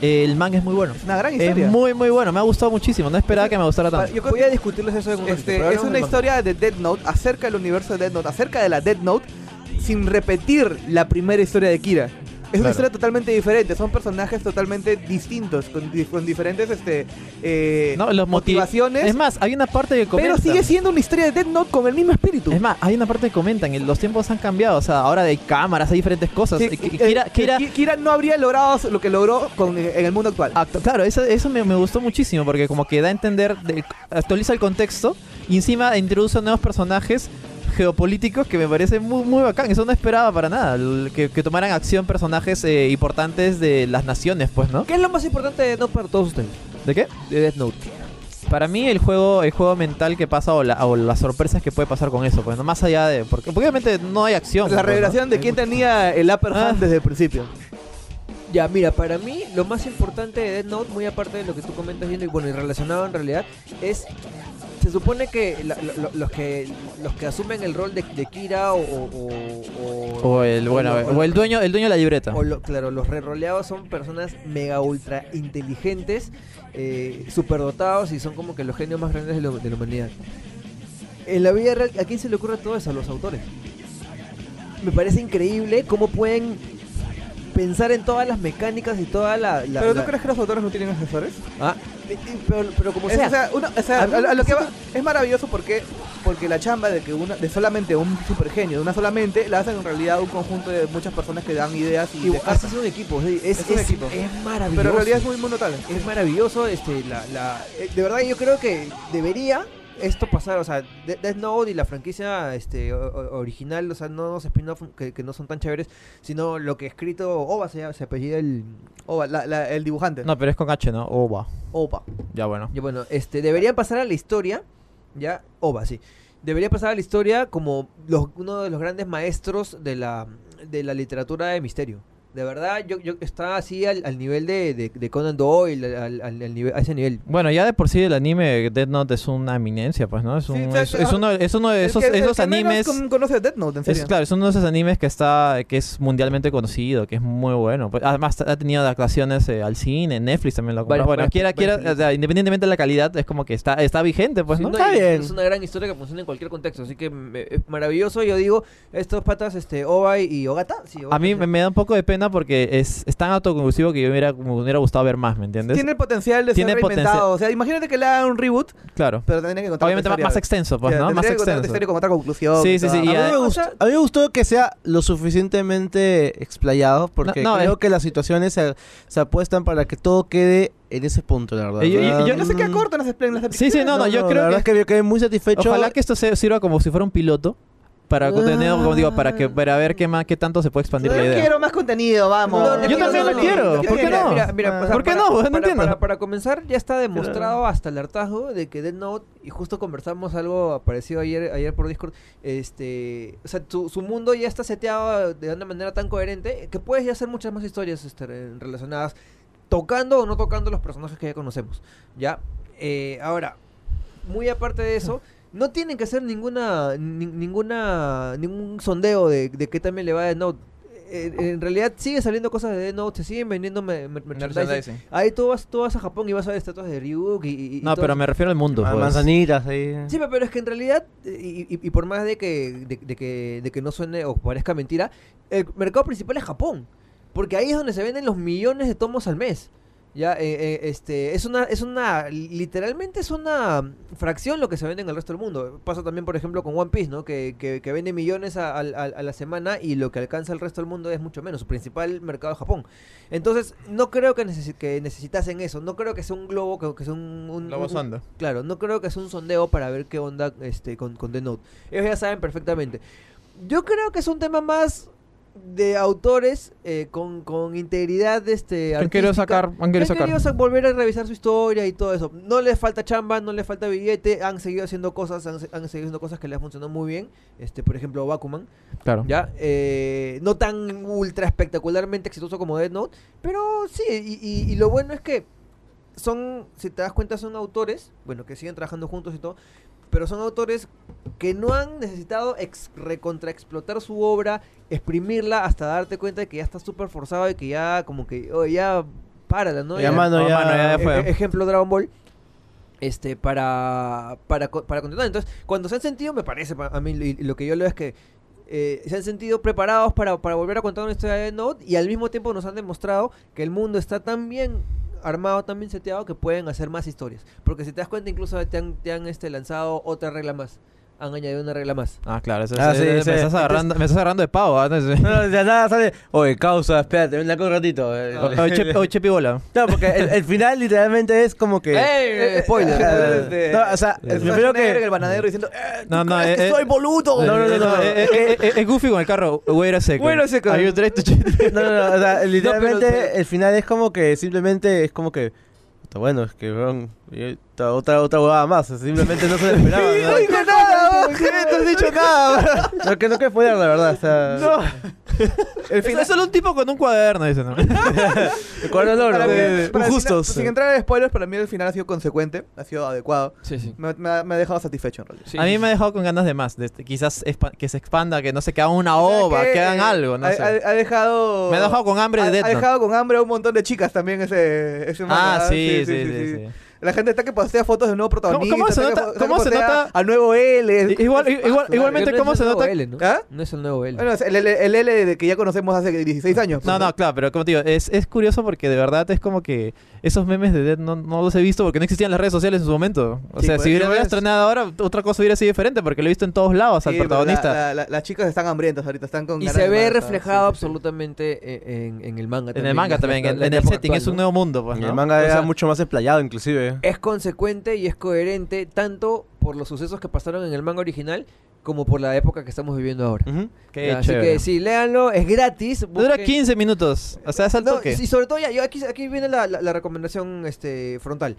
Speaker 4: eh, el manga es muy bueno.
Speaker 2: es una gran
Speaker 4: Es
Speaker 2: historia.
Speaker 4: muy, muy bueno. Me ha gustado muchísimo. No esperaba que me gustara tanto.
Speaker 3: Yo voy a discutirles eso en un
Speaker 2: Este,
Speaker 3: ratito, pero
Speaker 2: es
Speaker 3: hablemos
Speaker 2: una
Speaker 3: del manga.
Speaker 2: historia de Dead Note acerca del universo de Dead Note, acerca de la Dead Note, sin repetir la primera historia de Kira. Es una
Speaker 4: Claro.
Speaker 2: historia totalmente diferente, son personajes totalmente distintos, con, di- con diferentes este, eh,
Speaker 4: No, los motiv-
Speaker 2: motivaciones,
Speaker 4: Es más, hay una parte que
Speaker 2: pero
Speaker 4: comenta.
Speaker 2: sigue siendo una historia de Dead Note con el mismo espíritu.
Speaker 4: Es más, hay una parte que comentan, el- los tiempos han cambiado, o sea, ahora hay cámaras, hay diferentes cosas.
Speaker 2: Sí,
Speaker 4: Y- y-
Speaker 2: eh,
Speaker 4: Kira- Kira-
Speaker 2: Ki- Kira no habría logrado lo que logró con, eh, en el mundo actual.
Speaker 4: actu- claro, eso, eso me, me gustó muchísimo, porque como que da a entender, de- actualiza el contexto y encima introduce nuevos personajes geopolíticos que me parece muy, muy bacán. Eso no esperaba para nada, el- que, que tomaran acción personajes eh, importantes de las naciones, pues, ¿no?
Speaker 3: ¿Qué es lo más importante de Death Note para todos ustedes?
Speaker 4: ¿De qué?
Speaker 3: De Death Note.
Speaker 4: Para mí el juego, el juego mental que pasa o, la- o las sorpresas que puede pasar con eso, pues, no más allá de... Porque, porque obviamente no hay acción.
Speaker 2: la
Speaker 4: pues, ¿no?
Speaker 2: revelación de
Speaker 4: Hay
Speaker 2: quién
Speaker 4: mucho-
Speaker 2: tenía el upper hand
Speaker 4: Ah.
Speaker 2: desde el principio.
Speaker 3: Ya, mira, para mí lo más importante de Death Note, muy aparte de lo que tú comentas Gino, y bueno, y relacionado en realidad, es se supone que la- lo- lo- los que los que asumen el rol de, de Kira o, o- o- o-
Speaker 4: O el, bueno,
Speaker 3: o-
Speaker 4: o el dueño, el dueño de la libreta.
Speaker 3: o lo- claro, los reroleados son personas mega ultra inteligentes, eh, superdotados y son como que los genios más grandes de, la- de la humanidad. En la vida real, ¿a quién se le ocurre todo eso? A los autores. Me parece increíble cómo pueden pensar en todas las mecánicas y toda la... la-
Speaker 2: ¿Pero tú
Speaker 3: la-
Speaker 2: crees que los autores no tienen asesores?
Speaker 3: Ah, eh, eh, pero, pero como
Speaker 2: Es,
Speaker 3: sea,
Speaker 2: o sea, uno- o sea,
Speaker 3: a mí
Speaker 2: a- a
Speaker 3: me
Speaker 2: lo que
Speaker 3: parece
Speaker 2: va- es maravilloso porque, porque la chamba de que una, de solamente un supergenio, de una solamente, la hacen en realidad un conjunto de muchas personas que dan ideas y,
Speaker 3: y
Speaker 2: descartan.
Speaker 3: haces un equipo, sí, es,
Speaker 2: Es un
Speaker 3: es-
Speaker 2: equipo.
Speaker 3: es maravilloso.
Speaker 2: Pero en realidad es muy monotable.
Speaker 3: es maravilloso este la, la eh, de verdad yo creo que debería esto pasar o sea De- Death Note y la franquicia este o- o- original o sea no los spin-off que, que no son tan chéveres sino lo que escrito Oba se, se apellida el
Speaker 2: O la- la- el dibujante.
Speaker 4: No, pero es con H, ¿no? Oba.
Speaker 3: Oba
Speaker 4: Ya bueno.
Speaker 3: y bueno este debería pasar a la historia ya Oba sí debería pasar a la historia como los- uno de los grandes maestros de la de la literatura de misterio de verdad yo, yo está así al, al nivel de, de- de Conan Doyle al, al- al nivel a ese nivel
Speaker 4: Bueno, ya de por sí el anime Dead Note es una eminencia, pues, ¿no? Es,
Speaker 2: Sí,
Speaker 4: un-
Speaker 2: sí,
Speaker 4: es,
Speaker 2: sí,
Speaker 4: es
Speaker 2: ajá.
Speaker 4: uno, es uno de
Speaker 2: El
Speaker 4: esos,
Speaker 2: que- el
Speaker 4: esos
Speaker 2: que menos
Speaker 4: animes...
Speaker 2: con- conoce Death Note, en serio.
Speaker 4: Es, claro, es uno de esos animes que está que es mundialmente conocido, que es muy bueno. Pues, Además, ha tenido adaptaciones eh, al cine, Netflix también lo ha
Speaker 3: Varias-
Speaker 4: comprado. Bueno,
Speaker 3: varias-
Speaker 4: quiera, quiera,
Speaker 3: varias
Speaker 4: o sea, independientemente de la calidad, es como que está, está vigente, pues,
Speaker 3: Sí,
Speaker 4: ¿no?
Speaker 3: no,
Speaker 5: Está
Speaker 3: y
Speaker 5: bien.
Speaker 3: Es una gran historia que funciona en cualquier contexto, así que mm, eh, es maravilloso. Yo digo, estos patas, este, Oba y Ogata. sí, Ogata,
Speaker 4: A mí
Speaker 3: sí.
Speaker 4: me, me da un poco de pena porque es, es tan autoconclusivo que yo me hubiera, me hubiera gustado ver más, ¿me entiendes?
Speaker 2: Tiene el potencial de
Speaker 4: Tiene
Speaker 2: ser
Speaker 4: potencial.
Speaker 2: reinventado. O sea, imagínate que le hagan un reboot,
Speaker 4: Claro.
Speaker 2: pero tendrían que contar
Speaker 4: Obviamente más,
Speaker 2: otra
Speaker 4: más
Speaker 2: historia.
Speaker 4: extenso, pues,
Speaker 2: Ya,
Speaker 4: ¿no? Más
Speaker 2: tendrían que contar otra
Speaker 4: extenso.
Speaker 2: historia con otra conclusión.
Speaker 4: Sí,
Speaker 2: y
Speaker 4: sí, sí,
Speaker 2: todo.
Speaker 4: y
Speaker 2: A mí
Speaker 4: a-
Speaker 2: me
Speaker 5: Me
Speaker 2: gusta-
Speaker 5: gustó- a mí me gustó que sea lo suficientemente explayado porque
Speaker 4: No, no,
Speaker 5: creo
Speaker 4: es-
Speaker 5: que las situaciones se, se apuestan para que todo quede en ese punto, la verdad. Mm,
Speaker 4: Eh, yo- yo- yo-
Speaker 2: No se queda corto en las, en las
Speaker 4: Sí, sí, no, no, yo
Speaker 5: la
Speaker 4: creo
Speaker 5: verdad
Speaker 4: que
Speaker 5: es que yo quedé muy satisfecho.
Speaker 4: Ojalá que esto se- sirva como si fuera un piloto para contenido, como digo, para que para ver qué más qué tanto se puede expandir
Speaker 2: Yo
Speaker 4: la idea.
Speaker 2: quiero más contenido, vamos.
Speaker 3: No, te
Speaker 4: Yo
Speaker 3: digo,
Speaker 4: también
Speaker 3: no,
Speaker 4: lo
Speaker 3: no,
Speaker 4: quiero,
Speaker 3: no,
Speaker 4: ¿por qué
Speaker 3: mira,
Speaker 4: no?
Speaker 3: mira, mira, o sea,
Speaker 4: ¿Por qué
Speaker 3: para-
Speaker 4: no? No
Speaker 3: para-
Speaker 4: entiendo.
Speaker 3: Para, para comenzar, ya está demostrado hasta el hartazgo de que Dead Note, y justo conversamos algo parecido ayer, ayer por Discord, este, o sea, su, su mundo ya está seteado de una manera tan coherente que puedes ya hacer muchas más historias este, re- relacionadas, tocando o no tocando los personajes que ya conocemos, ¿ya? Eh, ahora, muy aparte de eso, no tienen que hacer ninguna, ni- ninguna, ningún sondeo de, de qué también le va a Death Note. Eh, en realidad sigue saliendo cosas de Death Note, se siguen vendiendo me- me- merchandising.
Speaker 4: Merchandising.
Speaker 3: Ahí tú vas, tú vas a Japón y vas a ver estatuas de Ryuk y... y- y
Speaker 4: No,
Speaker 3: todo
Speaker 4: pero
Speaker 3: eso.
Speaker 4: me refiero al mundo.
Speaker 5: Ah,
Speaker 4: pues.
Speaker 5: manzanitas ahí.
Speaker 3: Sí, pe- pero es que en realidad, eh, y, y- y por más de que, de, de que, de que no suene o parezca mentira, el mercado principal es Japón. Porque ahí es donde se venden los millones de tomos al mes. Ya, eh, eh, este, es una, es una, literalmente es una fracción lo que se vende en el resto del mundo. Pasa también, por ejemplo, con One Piece, ¿no? Que, que, que vende millones a, al- al- a la semana y lo que alcanza el resto del mundo es mucho menos. Su principal mercado es Japón. Entonces, no creo que, necesi- que necesitasen eso. No creo que sea un globo, que, que sea un... un-
Speaker 4: Globo
Speaker 3: un-
Speaker 4: sonda.
Speaker 3: Claro, no creo que sea un sondeo para ver qué onda este, con, con The Note. Ellos ya saben perfectamente. Yo creo que es un tema más de autores eh, con, con integridad este,
Speaker 4: Han querido
Speaker 3: artística,
Speaker 4: sacar, han
Speaker 3: que
Speaker 4: querido
Speaker 3: han
Speaker 4: sacar.
Speaker 3: querido sa- volver a revisar su historia y todo eso. No les falta chamba, no les falta billete, han seguido haciendo cosas, han, se- han seguido haciendo cosas que les han funcionado muy bien. Este, por ejemplo, Bakuman,
Speaker 4: Claro.
Speaker 3: ¿ya? Eh, no tan ultra espectacularmente exitoso como Dead Note, pero sí, y, y- y lo bueno es que son, si te das cuenta, son autores, bueno, que siguen trabajando juntos y todo, pero son autores que no han necesitado ex recontraexplotar su obra, exprimirla hasta darte cuenta de que ya está súper forzado y que ya como que, oh, ya párala, ¿no?
Speaker 5: Ya, mano,
Speaker 4: no,
Speaker 5: ya-
Speaker 4: mano, ya fue.
Speaker 3: E- ejemplo Dragon Ball este para para co- para continuar entonces cuando se han sentido me parece pa- a mí y- y lo que yo leo es que eh, se han sentido preparados para, para volver a contar una historia de Note y al mismo tiempo nos han demostrado que el mundo está tan bien armado, tan bien seteado que pueden hacer más historias. Porque si te das cuenta, incluso te han, te han este, lanzado otra regla más. Han añadido una regla más.
Speaker 4: Ah, claro, eso,
Speaker 5: Ah,
Speaker 4: es-
Speaker 5: sí,
Speaker 4: me,
Speaker 5: sí.
Speaker 4: Estás agarrando, me estás agarrando de pavo. ¿ah?
Speaker 5: No, de nada sale. Oye, causa, espérate, ven acá un ratito. eh.
Speaker 4: O- o Chepi- o Chepi bola.
Speaker 5: No, porque el, el final literalmente es como que.
Speaker 3: Eh, eh, spoiler.
Speaker 5: Eh, no, o sea,
Speaker 4: Eh,
Speaker 5: me refiero
Speaker 2: que... en
Speaker 5: que.
Speaker 2: el bananero diciendo, eh, no,
Speaker 4: No, no,
Speaker 2: no,
Speaker 4: eh,
Speaker 2: que
Speaker 4: eh,
Speaker 2: soy boludo.
Speaker 5: no, no, no, no.
Speaker 4: eh, eh, eh, es Goofy con el carro. Wait a second.
Speaker 5: Wait a second.
Speaker 4: Are you trying to cheat?
Speaker 5: No, no, no, o sea, literalmente
Speaker 3: pero-
Speaker 5: el final es como que simplemente es como que. puta, Bueno, es que, weón, y otra, otra, otra huevada más, o sea, simplemente no se lo esperaba.
Speaker 2: No
Speaker 5: ¿no?
Speaker 2: dijo nada, vos, que no has dicho nada.
Speaker 5: No, que no que fuera, la verdad, o sea.
Speaker 4: El final es solo un tipo con un cuaderno, dice. ¿no?
Speaker 5: el cuadro de oro,
Speaker 2: Para mí,
Speaker 5: eh,
Speaker 2: para el
Speaker 5: injustos.
Speaker 2: final- sin entrar en spoilers, para mí el final ha sido consecuente, ha sido adecuado.
Speaker 4: Sí, sí.
Speaker 2: Me, me ha, me ha dejado satisfecho en realidad.
Speaker 4: a mí me ha dejado con ganas de más. de este- quizás expa- que se expanda, que no se que hagan una
Speaker 2: ¿Sabes
Speaker 4: ova,
Speaker 2: qué?
Speaker 4: que hagan
Speaker 2: Eh,
Speaker 4: algo, no
Speaker 2: ha,
Speaker 4: sé.
Speaker 2: ha- ha dejado.
Speaker 4: me ha dejado con hambre
Speaker 2: ha-
Speaker 4: de Death
Speaker 2: ha
Speaker 4: Note.
Speaker 2: dejado con hambre a un montón de chicas también ese, ese manga.
Speaker 4: Ah, sí, sí, sí. sí.
Speaker 2: La gente está que postea fotos de nuevo protagonista.
Speaker 4: cómo se
Speaker 2: está que
Speaker 4: nota-
Speaker 2: po- está
Speaker 4: cómo
Speaker 2: que
Speaker 4: se
Speaker 2: postea
Speaker 4: nota-
Speaker 2: Al nuevo L.
Speaker 4: I- Igual, i- igual-
Speaker 3: Claro,
Speaker 4: igualmente,
Speaker 3: que no
Speaker 4: ¿cómo
Speaker 3: es el
Speaker 4: se
Speaker 3: nuevo
Speaker 4: nota?
Speaker 3: L, ¿no?
Speaker 2: ¿Ah?
Speaker 3: No es el nuevo L.
Speaker 2: Bueno, es el, L- el L de que ya conocemos hace 16 años. pues,
Speaker 4: No, no, claro, pero como te digo, es, es curioso porque de verdad es como que esos memes de Dead no, no los he visto porque no existían las redes sociales en su momento. O
Speaker 2: Sí,
Speaker 4: sea,
Speaker 2: pues,
Speaker 4: si hubiera
Speaker 2: eso es.
Speaker 4: estrenado ahora, otra cosa hubiera sido diferente porque lo he visto en todos lados al
Speaker 2: Sí, pero
Speaker 4: protagonista.
Speaker 2: la- la- la- las chicas están hambrientas ahorita, están con
Speaker 3: y
Speaker 2: ganas
Speaker 3: se
Speaker 2: de
Speaker 3: ve
Speaker 2: más,
Speaker 3: reflejado
Speaker 2: sí, sí, sí.
Speaker 3: absolutamente eh, en, en el manga
Speaker 4: En
Speaker 3: también.
Speaker 4: el manga
Speaker 3: la-
Speaker 4: también,
Speaker 3: la-
Speaker 4: en,
Speaker 3: la
Speaker 4: en el
Speaker 3: época
Speaker 4: setting,
Speaker 3: actual,
Speaker 4: es un
Speaker 3: ¿no?
Speaker 4: nuevo mundo. Pues,
Speaker 5: En
Speaker 4: ¿no?
Speaker 5: el manga
Speaker 4: O
Speaker 5: era
Speaker 4: sea,
Speaker 5: mucho más explayado, inclusive.
Speaker 3: es consecuente y es coherente tanto por los sucesos que pasaron en el manga original como por la época que estamos viviendo ahora.
Speaker 5: Ujú.
Speaker 4: qué
Speaker 3: Ya, así
Speaker 4: chévere.
Speaker 3: que sí, léanlo, es gratis.
Speaker 4: Dura
Speaker 3: busquen-
Speaker 4: 15 minutos. O sea, es al
Speaker 3: No,
Speaker 4: toque.
Speaker 3: y sobre todo, ya, yo aquí, aquí viene la, la- la recomendación este, frontal.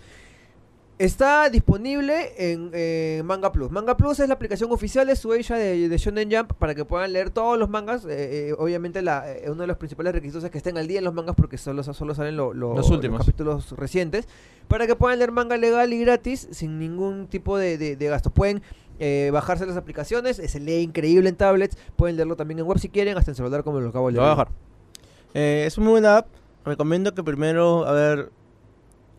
Speaker 3: Está disponible en eh, Manga Plus. Manga Plus es la aplicación oficial de su ella de, de Shonen Jump para que puedan leer todos los mangas. Eh, eh, obviamente, la, eh, uno de los principales requisitos es que estén al día en los mangas porque solo, solo salen lo- lo-
Speaker 4: Los últimos.
Speaker 3: los capítulos recientes. Para que puedan leer manga legal y gratis sin ningún tipo de, de- de gasto. Pueden eh, bajarse las aplicaciones, eh, se lee increíble en tablets. Pueden leerlo también en web si quieren, hasta en celular, como lo acabo de
Speaker 4: Lo
Speaker 3: leer.
Speaker 4: voy a bajar.
Speaker 5: Eh, es una muy buena app. Recomiendo que primero, a ver,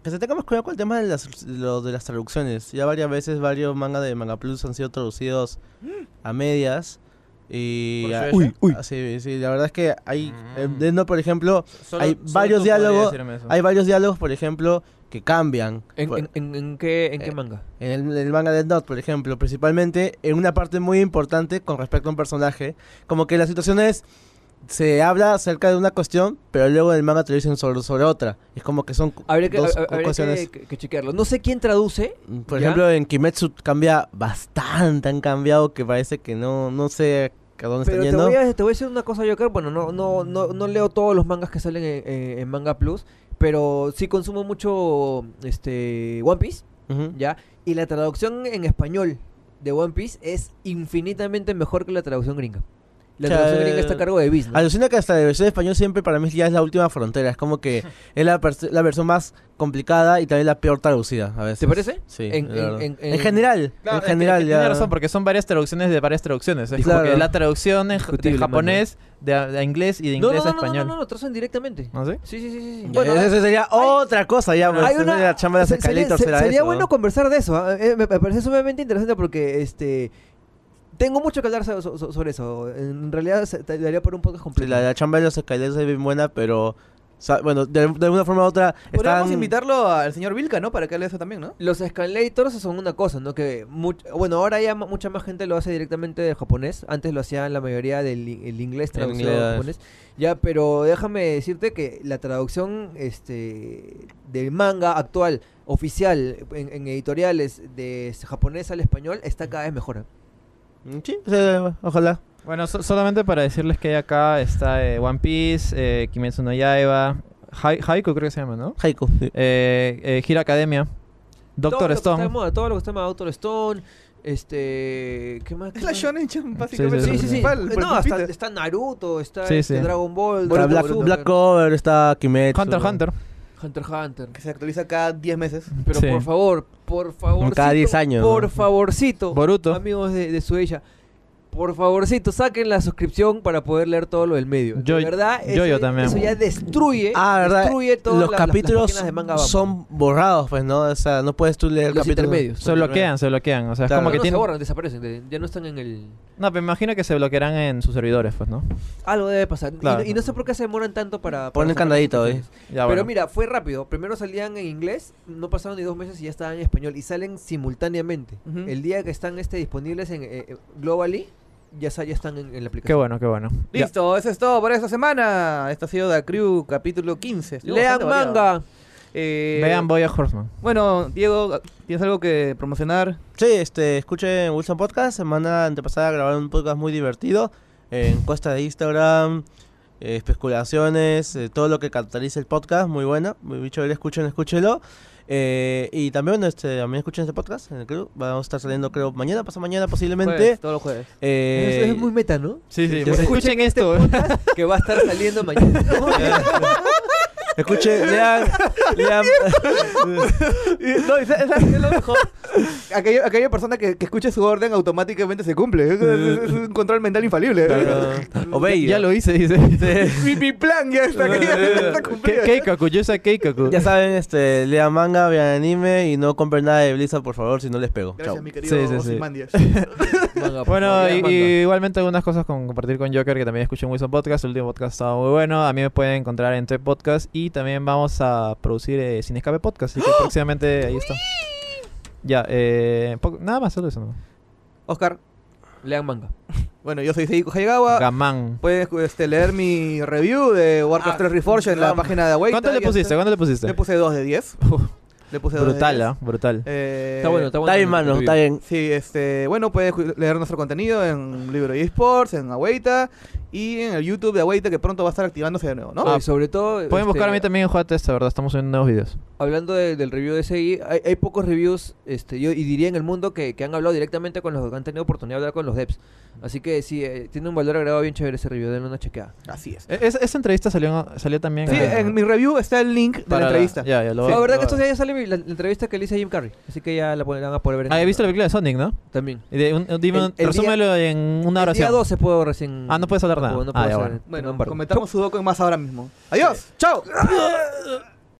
Speaker 5: que se tenga más cuidado con el tema de las, lo de las traducciones. Ya varias veces varios manga de Manga Plus han sido traducidos a medias. Y.
Speaker 4: Mm. Por
Speaker 5: a-
Speaker 4: suerte. Uy, uy.
Speaker 5: Ah, sí, sí, la verdad es que hay.
Speaker 4: Mm.
Speaker 5: eh, Death Note, por ejemplo, Hay varios diálogos- hay varios diálogos, por ejemplo, que cambian.
Speaker 3: ¿En,
Speaker 5: Por-
Speaker 3: en- en- en qué, en qué
Speaker 5: eh,
Speaker 3: manga?
Speaker 5: En el, en el manga Death Note, por ejemplo, principalmente en una parte muy importante con respecto a un personaje. Como que la situación es, se habla acerca de una cuestión, pero luego en el manga te lo dicen sobre, sobre otra. Es como que son
Speaker 3: Habría que,
Speaker 5: dos
Speaker 3: hab- habría
Speaker 5: cuestiones. Mm,
Speaker 3: que- que chequearlo. No sé quién traduce.
Speaker 5: Por
Speaker 3: ¿Ya?
Speaker 5: ejemplo, en Kimetsu cambia bastante, han cambiado que parece que no, no sé a dónde
Speaker 3: Pero
Speaker 5: están
Speaker 3: te
Speaker 5: yendo.
Speaker 3: voy, a, te voy a decir una cosa, Joker. Bueno, no, no, no, no leo todos los mangas que salen en, en- en Manga Plus, pero sí consumo mucho este One Piece,
Speaker 5: Ujú.
Speaker 3: ¿ya? Y la traducción en español de One Piece es infinitamente mejor que la traducción gringa. La
Speaker 5: O sea,
Speaker 3: traducción gringa está a cargo de business.
Speaker 5: Alucina que hasta la versión de español siempre para mí ya es la última frontera. Es como que es la, pers- la versión más complicada y también la peor traducida a veces.
Speaker 3: ¿Te parece?
Speaker 5: Sí.
Speaker 3: En-
Speaker 5: la
Speaker 3: en-
Speaker 5: verdad.
Speaker 3: en-
Speaker 5: En general.
Speaker 4: Claro,
Speaker 5: en
Speaker 4: es que-
Speaker 5: general
Speaker 4: es que
Speaker 5: ya.
Speaker 4: Tiene razón, porque son varias traducciones de varias traducciones. Es como
Speaker 5: Claro.
Speaker 4: que la traducción en, de
Speaker 3: Discutible, mano.
Speaker 4: japonés, de, a- de inglés y de
Speaker 3: No, no,
Speaker 4: inglés
Speaker 3: no, no,
Speaker 4: a
Speaker 3: no, no,
Speaker 4: español.
Speaker 3: no, lo traducen directamente.
Speaker 4: ¿No sé?
Speaker 3: Sí, sí, sí, sí. sí.
Speaker 5: Ya,
Speaker 3: Bueno,
Speaker 5: esa sería otra cosa ya. pues,
Speaker 3: Hay
Speaker 5: esa
Speaker 3: una-
Speaker 5: es la chamba de
Speaker 3: se- sería,
Speaker 5: Escalator
Speaker 3: se-
Speaker 5: será
Speaker 3: sería
Speaker 5: eso,
Speaker 3: bueno
Speaker 5: ¿no?
Speaker 3: conversar de eso. ¿ah? Eh, me me parece sumamente interesante porque este tengo mucho que hablar so- so- sobre, eso. En realidad se- te daría por un podcast
Speaker 5: Sí,
Speaker 3: completo.
Speaker 5: la, la chamba de los escaleros es bien buena, pero. o sea, bueno, de, de alguna forma u otra.
Speaker 2: Podríamos
Speaker 5: Están...
Speaker 2: invitarlo al señor Vilca, ¿no? Para que hable de eso también, ¿no?
Speaker 3: Los escalators son una cosa, ¿no? Que much- bueno, ahora ya ma- mucha más gente lo hace directamente del japonés. Antes lo hacían la mayoría del i- el inglés traducido al
Speaker 5: inglés.
Speaker 3: japonés. Ya, pero déjame decirte que la traducción este del manga actual oficial en, en editoriales de s- japonés al español está cada vez mejor. ¿ah?
Speaker 4: Mm,
Speaker 5: Sí, o sea, ojalá.
Speaker 4: Bueno, so- solamente para decirles que acá está eh, One Piece, eh, Kimetsu no Yaiba, Hai- Haiku creo que se llama, ¿no?
Speaker 5: Haiku. sí.
Speaker 4: Eh, eh, Hero Academia,
Speaker 3: todo
Speaker 4: Doctor
Speaker 3: lo que está de
Speaker 4: Stone.
Speaker 3: moda, todo lo que está de moda, Doctor Stone, este... ¿Qué más? qué
Speaker 2: Es la
Speaker 3: más?
Speaker 2: Shonen Jump, básicamente.
Speaker 3: Sí, sí, sí.
Speaker 2: principal, por el
Speaker 3: No, hasta-
Speaker 2: pulpito.
Speaker 3: está Naruto, está
Speaker 4: Sí,
Speaker 3: este
Speaker 4: sí.
Speaker 3: Dragon Ball,
Speaker 5: Está Black,
Speaker 3: Boruto,
Speaker 5: Black Cover, está Kimetsu.
Speaker 4: Hunter x
Speaker 5: ¿no?
Speaker 4: Hunter.
Speaker 3: Hunter x Hunter.
Speaker 2: Que se actualiza cada 10 meses.
Speaker 3: Pero
Speaker 4: Sí.
Speaker 3: por favor, por favor.
Speaker 5: Cada 10 años, ¿no?
Speaker 3: Por favorcito,
Speaker 4: Boruto.
Speaker 3: amigos de, de Suecia. Por favorcito, saquen la suscripción para poder leer todo lo del medio.
Speaker 4: Yo-
Speaker 3: de verdad, eso,
Speaker 4: yo- yo también.
Speaker 3: eso ya destruye,
Speaker 5: Ah, ¿verdad?
Speaker 3: Eh, destruye todas
Speaker 5: Los
Speaker 3: las- las- las
Speaker 5: capítulos
Speaker 3: páginas de manga Bamba.
Speaker 5: son borrados, pues, ¿no? O sea, no puedes tú leer el
Speaker 3: los
Speaker 5: capítulo.
Speaker 3: intermedios.
Speaker 4: Se bloquean, se bloquean. O sea, es
Speaker 5: Claro.
Speaker 4: como
Speaker 3: No,
Speaker 4: que
Speaker 3: no, se
Speaker 4: tienen...
Speaker 3: borran, desaparecen, de- ya no están en el...
Speaker 4: No, pero imagino que se bloquearán en sus servidores, pues, ¿no?
Speaker 3: Algo debe pasar. Y
Speaker 4: Claro.
Speaker 3: no- y, no, sé por qué se demoran tanto para... para
Speaker 5: Ponen
Speaker 3: sacar
Speaker 5: candadito,
Speaker 3: las notificaciones.
Speaker 4: Ya,
Speaker 3: Pero
Speaker 4: bueno.
Speaker 3: mira, fue rápido. Primero salían en inglés, no pasaron ni dos meses y ya estaban en español. Y salen simultáneamente.
Speaker 2: Ujú.
Speaker 3: El día que están este, disponibles en eh, eh, Globally, ya, sa- ya están en, en la
Speaker 4: Qué
Speaker 3: aplicación.
Speaker 4: bueno, qué bueno. Ya.
Speaker 2: Listo, eso es todo por esta semana. Esto ha sido The Crew, capítulo 15. Estuvo
Speaker 3: Lean
Speaker 2: bastante variado.
Speaker 3: manga.
Speaker 2: Eh,
Speaker 4: Vean Boya Horseman.
Speaker 2: Bueno, Diego, ¿tienes algo que promocionar?
Speaker 5: Sí, este, escuchen Wilson Podcast. Semana antepasada grabaron un podcast muy divertido. eh, encuesta de Instagram, eh, especulaciones, eh, todo lo que cataliza el podcast. Muy bueno, muy bicho, escuchen, escúchelo. Eh, y también, bueno, este, también escuchen este podcast en el club. Vamos a estar saliendo, creo, mañana, pasado mañana
Speaker 2: Jueves,
Speaker 5: posiblemente.
Speaker 2: todos los jueves.
Speaker 5: Eh,
Speaker 3: Eso Pues, es muy meta, ¿no?
Speaker 4: Sí, sí.
Speaker 5: pues,
Speaker 4: Escuchen esto.
Speaker 3: que va a estar saliendo mañana.
Speaker 5: Escuchen, lean, lean-
Speaker 2: No, y sa- ¿sabes qué es lo mejor? Aquella, aquella persona que, que escuche su orden automáticamente se cumple. Es, es- es un control mental infalible.
Speaker 5: Pero- Obey.
Speaker 4: Ya lo hice, dice.
Speaker 2: mi, mi plan ya está, que ya está
Speaker 4: Ke-
Speaker 2: cumplido.
Speaker 4: Keikaku, yo soy Keikaku.
Speaker 5: Ya saben, este, lean manga, vean anime y no compren nada de Blizzard, por favor, si no les pego.
Speaker 2: Gracias,
Speaker 5: Chao.
Speaker 2: mi querido
Speaker 4: Sí, sí, sí.
Speaker 2: Ozymandias.
Speaker 3: Manga, por
Speaker 4: Bueno,
Speaker 3: favor,
Speaker 4: y-
Speaker 3: lean
Speaker 4: y
Speaker 3: manga.
Speaker 4: igualmente algunas cosas con compartir con Joker, que también escuché en Wilson Podcast. El último podcast estaba muy bueno. A mí me pueden encontrar en Toy Podcast. Y también vamos a producir eh, Sin Escape Podcast.
Speaker 2: ¡Ah!
Speaker 4: Así que próximamente ahí está. Ya, eh, po- nada más, solo eso. ¿no?
Speaker 2: Oscar.
Speaker 3: Lean manga.
Speaker 2: Bueno, yo soy Seiko Hayagawa.
Speaker 4: Gamán.
Speaker 2: Puedes este, leer mi review de Warcraft
Speaker 3: Ah,
Speaker 2: 3 Reforged en la
Speaker 3: Gamma.
Speaker 2: página de Awaita.
Speaker 4: ¿Cuánto le
Speaker 2: Ya
Speaker 4: pusiste?
Speaker 2: está.
Speaker 4: ¿Cuánto le pusiste?
Speaker 2: Le puse 2 de 10. Le puse 2
Speaker 4: Brutal,
Speaker 2: de
Speaker 4: ¿ah? Brutal.
Speaker 2: Eh,
Speaker 3: Está bueno, está bueno.
Speaker 5: Está bien, mano, está bien.
Speaker 2: Sí, este, bueno, puedes ju- leer nuestro contenido en Libro de Esports, en Awaita y en el YouTube de Awaita que pronto va a estar activándose de nuevo, ¿no?
Speaker 3: Y sobre todo...
Speaker 4: Pueden buscar a mí
Speaker 3: este,
Speaker 4: también en Juegate esta, ¿verdad? Estamos subiendo nuevos videos.
Speaker 3: Hablando de- del review de SI, hay, hay pocos reviews, este, yo y diría en el mundo que, que han hablado directamente con los que han tenido oportunidad de hablar con los devs. Así que sí, eh, tiene un valor agregado bien chévere ese review, denle una chequeada.
Speaker 2: Así es.
Speaker 4: E- es- esa entrevista salió, salió también
Speaker 2: Eh, Sí,
Speaker 4: eh,
Speaker 2: en mi review está el link de
Speaker 4: para
Speaker 2: la entrevista.
Speaker 4: Ya, ya, lo
Speaker 2: Sí.
Speaker 3: la verdad que
Speaker 2: lo-
Speaker 3: estos días ya sale mi- la, la entrevista que le hice a Jim Carrey, así que ya la, pon- la van a poder ver. en
Speaker 4: Ah, he
Speaker 3: el-
Speaker 4: visto la película de Sonic, ¿no?
Speaker 3: También.
Speaker 4: Y de un- dime
Speaker 3: El-
Speaker 4: un-
Speaker 3: el
Speaker 4: resúmelo en una
Speaker 3: El día
Speaker 4: oración.
Speaker 3: 12 puedo recién...
Speaker 4: Ah, no puedes hablar nada.
Speaker 3: puedo- no
Speaker 4: Ah,
Speaker 3: puedo
Speaker 4: ya,
Speaker 3: hacer-
Speaker 4: bueno.
Speaker 3: tengo
Speaker 2: Bueno,
Speaker 3: embargo.
Speaker 2: comentamos Sudoku en más ahora mismo. Adiós. Chao.